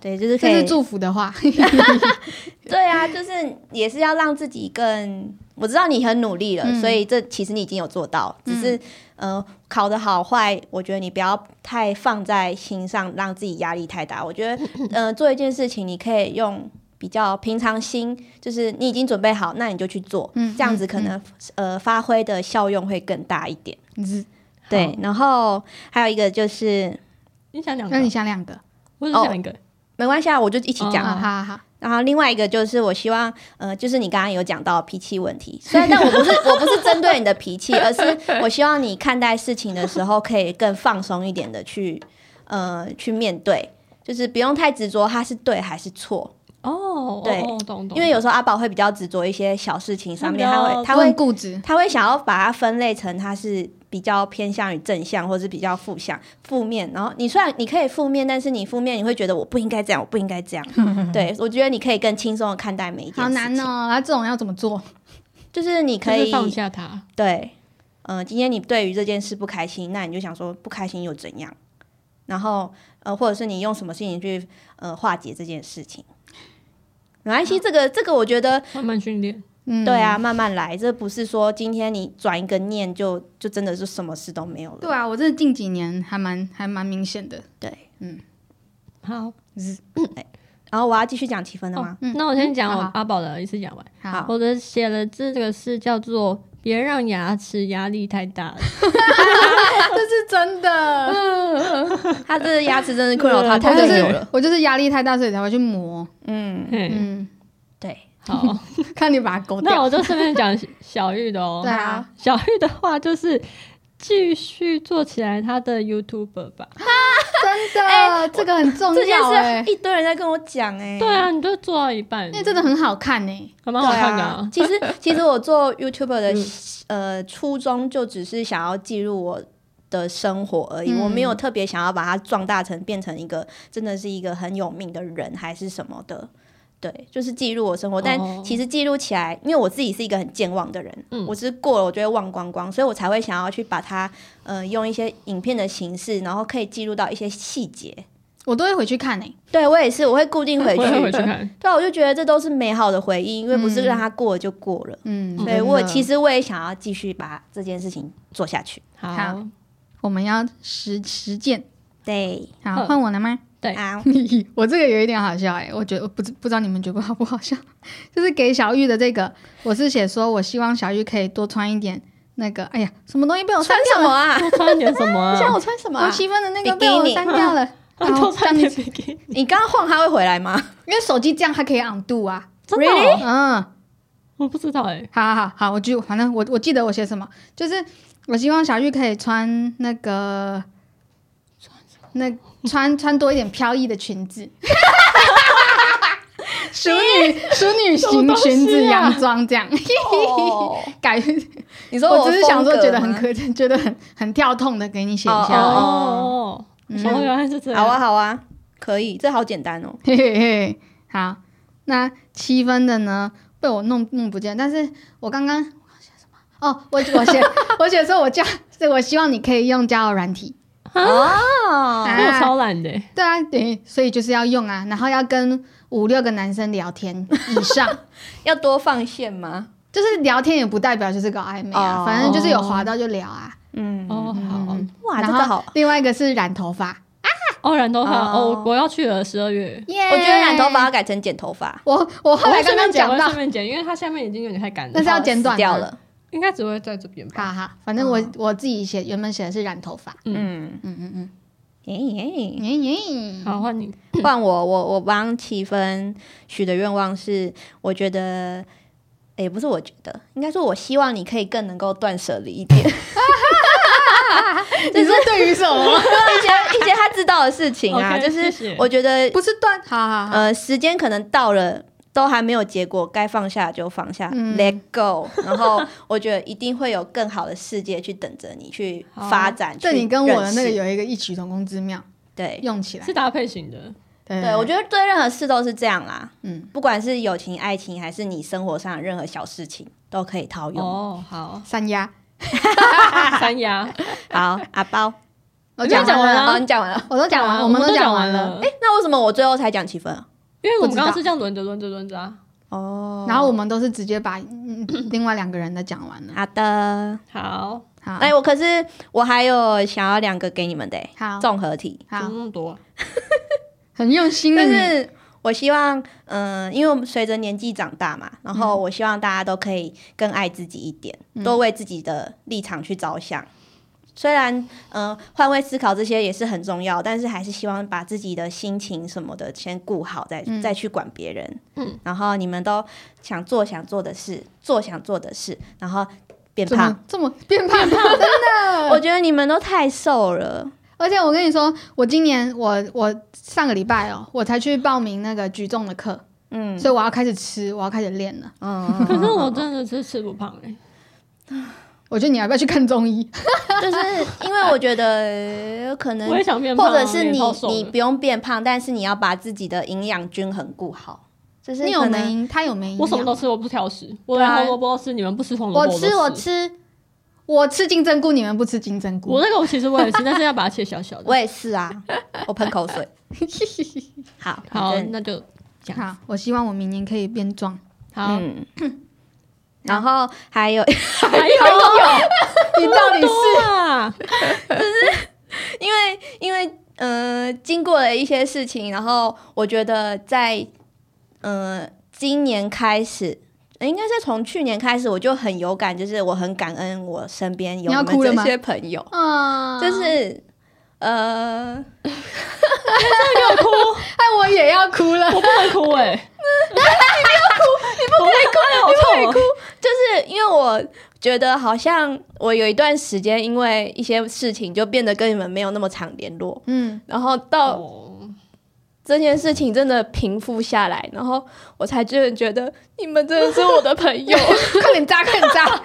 B: 对，就是可
C: 这是
B: 以。
C: 祝福的话，
B: 对啊，就是也是要让自己更。我知道你很努力了，
C: 嗯
B: 所以这其实你已经有做到，只是、呃考的好坏，我觉得你不要太放在心上，让自己压力太大。我觉 得呃做一件事情，你可以用比较平常心，就是你已经准备好，那你就去做，
C: 嗯
B: 这样子可能、呃发挥的效用会更大一点。
C: 你是
B: 对，然后还有一个就是
A: 你想两个
C: 那，你想两个，
A: 我只想一个，
B: 没关系啊，我就一起讲。
C: 好好好，
B: 然后另外一个就是，我希望，呃，就是你刚刚有讲到脾气问题，虽然但我不是我不是针对你的脾气，而是我希望你看待事情的时候可以更放松一点的去，呃，去面对，就是不用太执着它是对还是错，
A: 哦，
B: 对
A: 哦，哦懂懂，
B: 因为有时候阿宝会比较执着一些小事情上面，
A: 他
B: 他
A: 比较
B: 会他
C: 问
B: 会
C: 固执，
B: 他会想要把它分类成它是比较偏向于正向，或是比较负向负面。然后你虽然你可以负面，但是你负面你会觉得我不应该这样，我不应该这样。对我觉得你可以更轻松的看待每一件事情。
C: 好难哦，那这种要怎么做？
B: 就是你
A: 就
B: 可
A: 是
B: 以
A: 放下他，
B: 对，呃，今天你对于这件事不开心，那你就想说不开心又怎样？然后呃，或者是你用什么事情去呃化解这件事情？没关系，这个这个我觉得
A: 慢慢训练，
C: 嗯，
B: 对啊，慢慢来，这不是说今天你转一个念就就真的是什么事都没有了。
C: 对啊，我真的近几年还蛮还蛮明显的，
B: 对，
A: 好，
B: 然后我要继续讲七分的吗？
C: 嗯
A: 那我先讲
C: 好
A: 我
C: 好
A: 阿宝的，一次讲完。
C: 好，
A: 我的写了这个是叫做“别让牙齿压力太大了
C: 这是真的，
B: 他这个牙齿真是困 扰他
C: 我
B: 太
C: 哦就
B: 久
C: 是
B: 了。
C: 我就是压力太大，所以才会去磨，”。
B: 嗯，
A: 嘿，
C: 嗯，
B: 对，
A: 好，
C: 看你把它勾
A: 那
C: 掉，
A: 我就顺便讲小玉的哦
C: 对。啊，
A: 小玉的话就是继续做起来他的 YouTuber 吧。
C: 真的，这个很重
B: 这件
C: 要哎
B: 事，一堆人在跟我讲哎、
A: 对啊，你就做到一半
C: 因，为真的很好看哎，
A: 还
B: 对
A: 蛮好嗯看的
B: 啊
A: 啊。。
B: 其实其实我做 YouTube 的、呃初衷就只是想要记录我。的生活而已，
C: 嗯
B: 我没有特别想要把它壮大成变成一个真的是一个很有名的人还是什么的，对，就是记录我生活。但
A: 哦
B: 其实记录起来，因为我自己是一个很健忘的人，
A: 嗯
B: 我只是过了我就会忘光光，所以我才会想要去把它呃用一些影片的形式，然后可以记录到一些细节。
C: 我都会回去看哎，
B: 对我也是，我会固定回 去，
A: 我也回去看，
B: 对啊，我就觉得这都是美好的回忆，因为不是
C: 嗯
B: 让它过了就过了。
C: 嗯，
B: 所以我
C: 真的
B: 其实我也想要继续把这件事情做下去。
A: 好
C: 好，我们要实实践，
B: 对，
C: 好，
A: 好
C: 换我了吗？
A: 对
B: 啊，
C: 我这个有一点好笑哎、我觉得我不知不知道你们觉得好不好笑， 就是给小玉的这个，我是写说我希望小玉可以多穿一点那个，哎呀，什么东西被我
B: 穿
C: 删
B: 什么啊？
A: 多穿点什么
B: 像
A: 啊？
B: 我穿什么
C: 掉？我
B: 啊？
C: 七分的那个被我
B: 比基尼
C: 删掉 了， 然后
A: 多
C: 这
A: 穿
C: 样
A: 点
C: 子，
A: 比基尼，
B: 你刚刚晃他会回来吗？
C: 因为手机这样还可以 on 度啊，
A: 真的
B: 哎
A: 哦？
C: 嗯，
A: 我不知道哎，
C: 好好好好，我就反正我我记得我写什么，就是我希望小玉可以穿那个那穿穿多一点飘逸的裙子，淑女淑女
A: 什么
C: 型
A: 东西啊
C: 裙子洋装这样， 改。
B: 你说
C: 我只是想说，觉得
B: 风
C: 很
B: 格吗
C: 可，觉得很很跳痛的，给你写一下。
B: 哦
A: 哦，
C: 嗯
A: 哦，原来是这
B: 好
A: 样。
B: 啊，好啊，可以，这好简单哦。
C: 嘿嘿嘿，好，那七分的呢被我弄弄不见，但是我刚刚我写什么？哦，我我写 我写说我教，是我希望你可以用交友软体。啊
B: 哦，
A: 我超懒的欸，
C: 对啊，对，所以就是要用啊，然后要跟五六个男生聊天以上，
B: 要多放线吗？
C: 就是聊天也不代表就是搞暧昧啊，
B: 哦
C: 反正就是有滑到就聊啊。
B: 嗯，
A: 哦，好。
C: 嗯，
B: 哇，
C: 然
B: 这个
C: 后
B: 好，
C: 另外一个是染头发，
A: 哦，染头发
B: 哦
A: 哦，我我要去了，十二月。
C: 耶
B: 我觉得染头发要改成剪头发，
C: 我我后来刚刚讲
A: 我会
C: 到
A: 顺，便剪，因为它下面已经有点太干了哦
C: 但是，要剪短
B: 死掉
C: 吗
B: 了。
A: 应该只会在这边吧。
C: 哈哈，反正我、我自己写原本写的是染头发，
B: 嗯
C: 嗯嗯嗯，
B: 耶耶。
C: 耶耶，
A: 好，换你。
B: 换我，我我帮七分许的愿望是，我觉得，也、不是我觉得，应该说我希望你可以更能够断舍离一点，
C: 你说对于什么？
B: 一些一些他知道的事情啊
A: OK，
B: 就
A: 谢谢
B: 是我觉得，
C: 不是断，好好好，
B: 呃，时间可能到了。都还没有结果，该放下就放下、
C: 嗯
B: l e t go。然后我觉得一定会有更好的世界去等着你去
A: 好
B: 发展。
C: 这
B: 去
C: 啊你跟我的那个
B: 认识
C: 有一个异曲同工之妙，
B: 对
C: 用起来
A: 是，搭配型的，
C: 对
B: 对，我觉得对任何事都是这样啦。
C: 嗯，
B: 不管是友情、爱情，还是你生活上的任何小事情，都可以套用。
A: 哦，好，
C: 三丫，
A: 三牙，
B: 好，阿包，
C: 我
A: 你没有讲完
C: 了，
A: 啊
B: 好，你讲完了。
C: 我都讲
A: 对
C: 完了，
A: 啊
C: 我
A: 我
C: 们都
A: 都
C: 讲
A: 讲
C: 完了。
A: 了，
B: 哎，那为什么我最后才讲几分啊？
A: 因为我们
C: 不知道
A: 刚刚是这样轮着轮着轮着啊。
B: 哦
C: 然后我们都是直接把嗯另外两个人的讲完了。
B: 好的，
A: 好，
C: 好，
B: 哎，我可是我还有想要两个给你们的欸
C: 好，
B: 综合题，
A: 怎么
C: 好，
A: 那么多啊？
C: 很用心的
B: 但
C: 你，
B: 是我希望，嗯、因为我们随着年纪长大嘛，然后我希望大家都可以更爱自己一点，多为自己的立场去着想。虽然，嗯、换位思考这些也是很重要，但是还是希望把自己的心情什么的先顾好，再、
C: 嗯
B: 再去管别人。
A: 嗯，
B: 然后你们都想做想做的事，做想做的事，然后变
C: 怎
B: 胖
C: 么。这么变胖？真的，
B: 我觉得你们都太瘦了，
C: 而且我跟你说，我今年我我上个礼拜哦，我才去报名那个举重的课，
B: 嗯
C: 所以我要开始吃，我要开始练了。
B: 嗯，
A: 可是我真的是吃不胖哎、
C: 我觉得你要不要去看 中医？
B: 就是因为我觉得可能
A: 我也想变胖啊，
B: 或者是
A: 我也
B: 你
A: 超瘦的
B: 你不用变胖，但是你要把自己的营养均衡顾好。就是
C: 你有
B: 可能
C: 没营？他有没营养？
A: 我什么都吃，我不挑食，我
B: 对啊
A: 连红萝卜都吃，你们不吃红萝
C: 我
A: 卜
C: 吃，我
A: 我都。
C: 吃，我吃金针菇，你们不吃金针菇
A: 我。那个我其实我也吃，但是要把它切小小的。
B: 我也是啊，我喷口 水。 好，
A: 好，
B: 反正
A: 那就这样。
C: 好，我希望我明年可以变 壮。
A: 好，
B: 嗯，然后还有，
A: 还有
C: 你到底是
A: 多啊，
B: 因为因为呃，经过了一些事情，然后我觉得在呃今年开始。呃应该是从去年开始，我就很有感，就是我很感恩我身边有
C: 你要
B: 你
C: 哭了
B: 们
C: 吗
B: 这些朋友，
C: 啊
B: 就是呃，
C: 哎，我也要哭了。
A: 我不能哭哎、你不要哭，你不可以哭，好痛哦！
B: 就是因为我觉得好像我有一段时间因为一些事情就变得跟你们没有那么常联络，
C: 嗯，
B: 然后到
A: 哦，
B: 这件事情真的平复下来，然后我才真的觉得你们真的是我的朋友，
C: 快点扎，快点扎。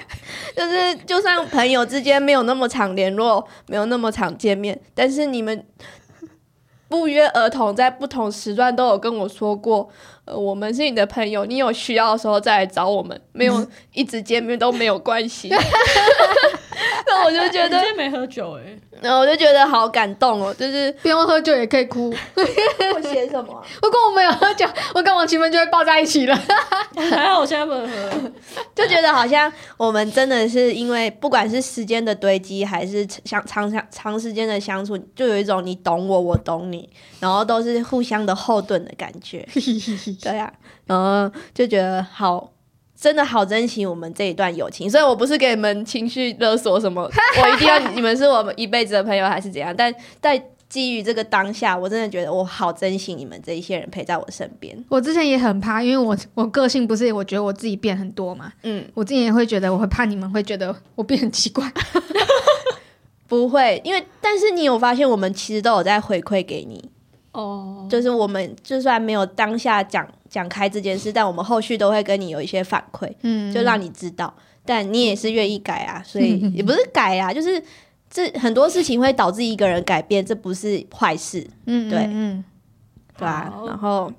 B: 就是就算朋友之间没有那么常联络，没有那么常见面，但是你们。不约而同，在不同时段都有跟我说过，呃，我们是你的朋友，你有需要的时候再来找我们，没 有一直见面都没有关系。那我就觉
A: 你今
B: 得
A: 天没喝酒哎、
B: 然后我就觉得好感动哦，就是
C: 不用喝酒也可以哭。
B: 我写什么、啊
C: 如 果我没有喝酒，我跟王奇们就会抱在一起了。
A: 还好我现在不能喝。
B: 就觉得好像我们真的是因为不管是时间的堆积，还是相长长长时间的相处，就有一种你懂我，我懂你，然后都是互相的后盾的感觉。对呀、然后就觉得好。真的好珍惜我们这一段友情，所以我不是给你们情绪勒索什么，我一定要你们是我们一辈子的朋友还是怎样？但在基于这个当下，我真的觉得我好珍惜你们这一些人陪在我身边。
C: 我之前也很怕，因为我我个性不是，我觉得我自己变很多嘛，
B: 嗯，
C: 我之前也会觉得我会怕你们会觉得我变很奇怪。
B: 不会，因为但是你有发现，我们其实都有在回馈给你，
C: 嗯
A: 哦，
B: 就是我们就算没有当下讲讲开这件事，但我们后续都会跟你有一些反馈，
C: 嗯
B: 就让你知道。但你也是愿意改 啊，所以也不是改啊，就是这很多事情会导致一个人改变，这不是坏事，
C: 嗯
B: 对
C: 嗯
B: 对吧、
A: 好
B: 然后，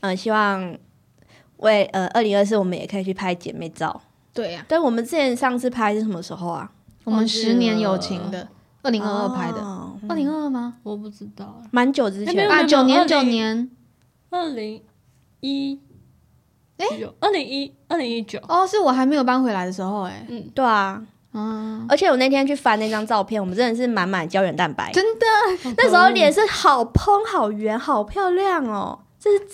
B: 嗯、希望为呃二零二四我们也可以去拍姐妹照。
C: 对呀、
B: 但我们之前上次拍是什么时候啊？
C: 我们
A: 忘记
C: 十年
A: 了
C: 友情的，二零二二拍的，
B: 哦
C: 二零二二吗？
A: 我不知道。
B: 蛮久之
A: 那
B: 前
A: 边
B: 吧，
A: 没
C: 啊，
A: 有
C: 九年
A: 20
C: 九年
A: 二零一，
C: 哎
A: 九，二零一，二零一九，
C: 哦，是我还没有搬回来的时候哎、
A: 嗯，
B: 对啊，
C: 嗯，
A: 哦
B: 而且我那天去翻那张照片，我们真的是满满胶原蛋白，
C: 真的
B: 那时候脸是好嘭、好圆、好漂亮哦，这是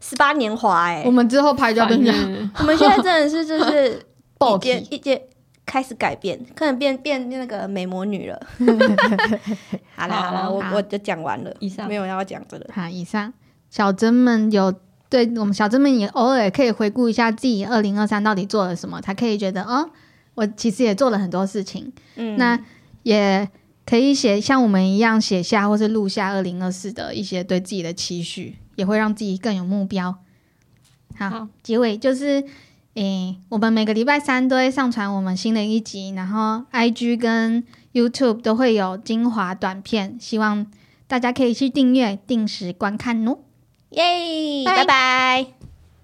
B: 十八年华哎、
C: 我们之后拍就要
A: 烦
C: 变 成
A: 欸
B: 我们现在真的 是就是
C: 暴
B: 一
C: 体
B: 件一件开始改变，可能变变那个美魔女了。好啦好啦，
A: 好
B: 我
C: 好
B: 我就讲完了，
A: 以上
B: 没有要讲这个。
C: 好，以上小珍们有对我们小珍们也偶尔可以回顾一下自己二零二三到底做了什么，才可以觉得哦，我其实也做了很多事情。
B: 嗯，
C: 那也可以写像我们一样写下或是录下二零二四的一些对自己的期许，也会让自己更有目标。好，
A: 好
C: 结尾就是。诶、我们每个礼拜三都会上传我们新的一集，然后 IG 跟 YouTube 都会有精华短片，希望大家可以去订阅，定时观看哦。
B: 耶，
C: 拜
B: 拜拜。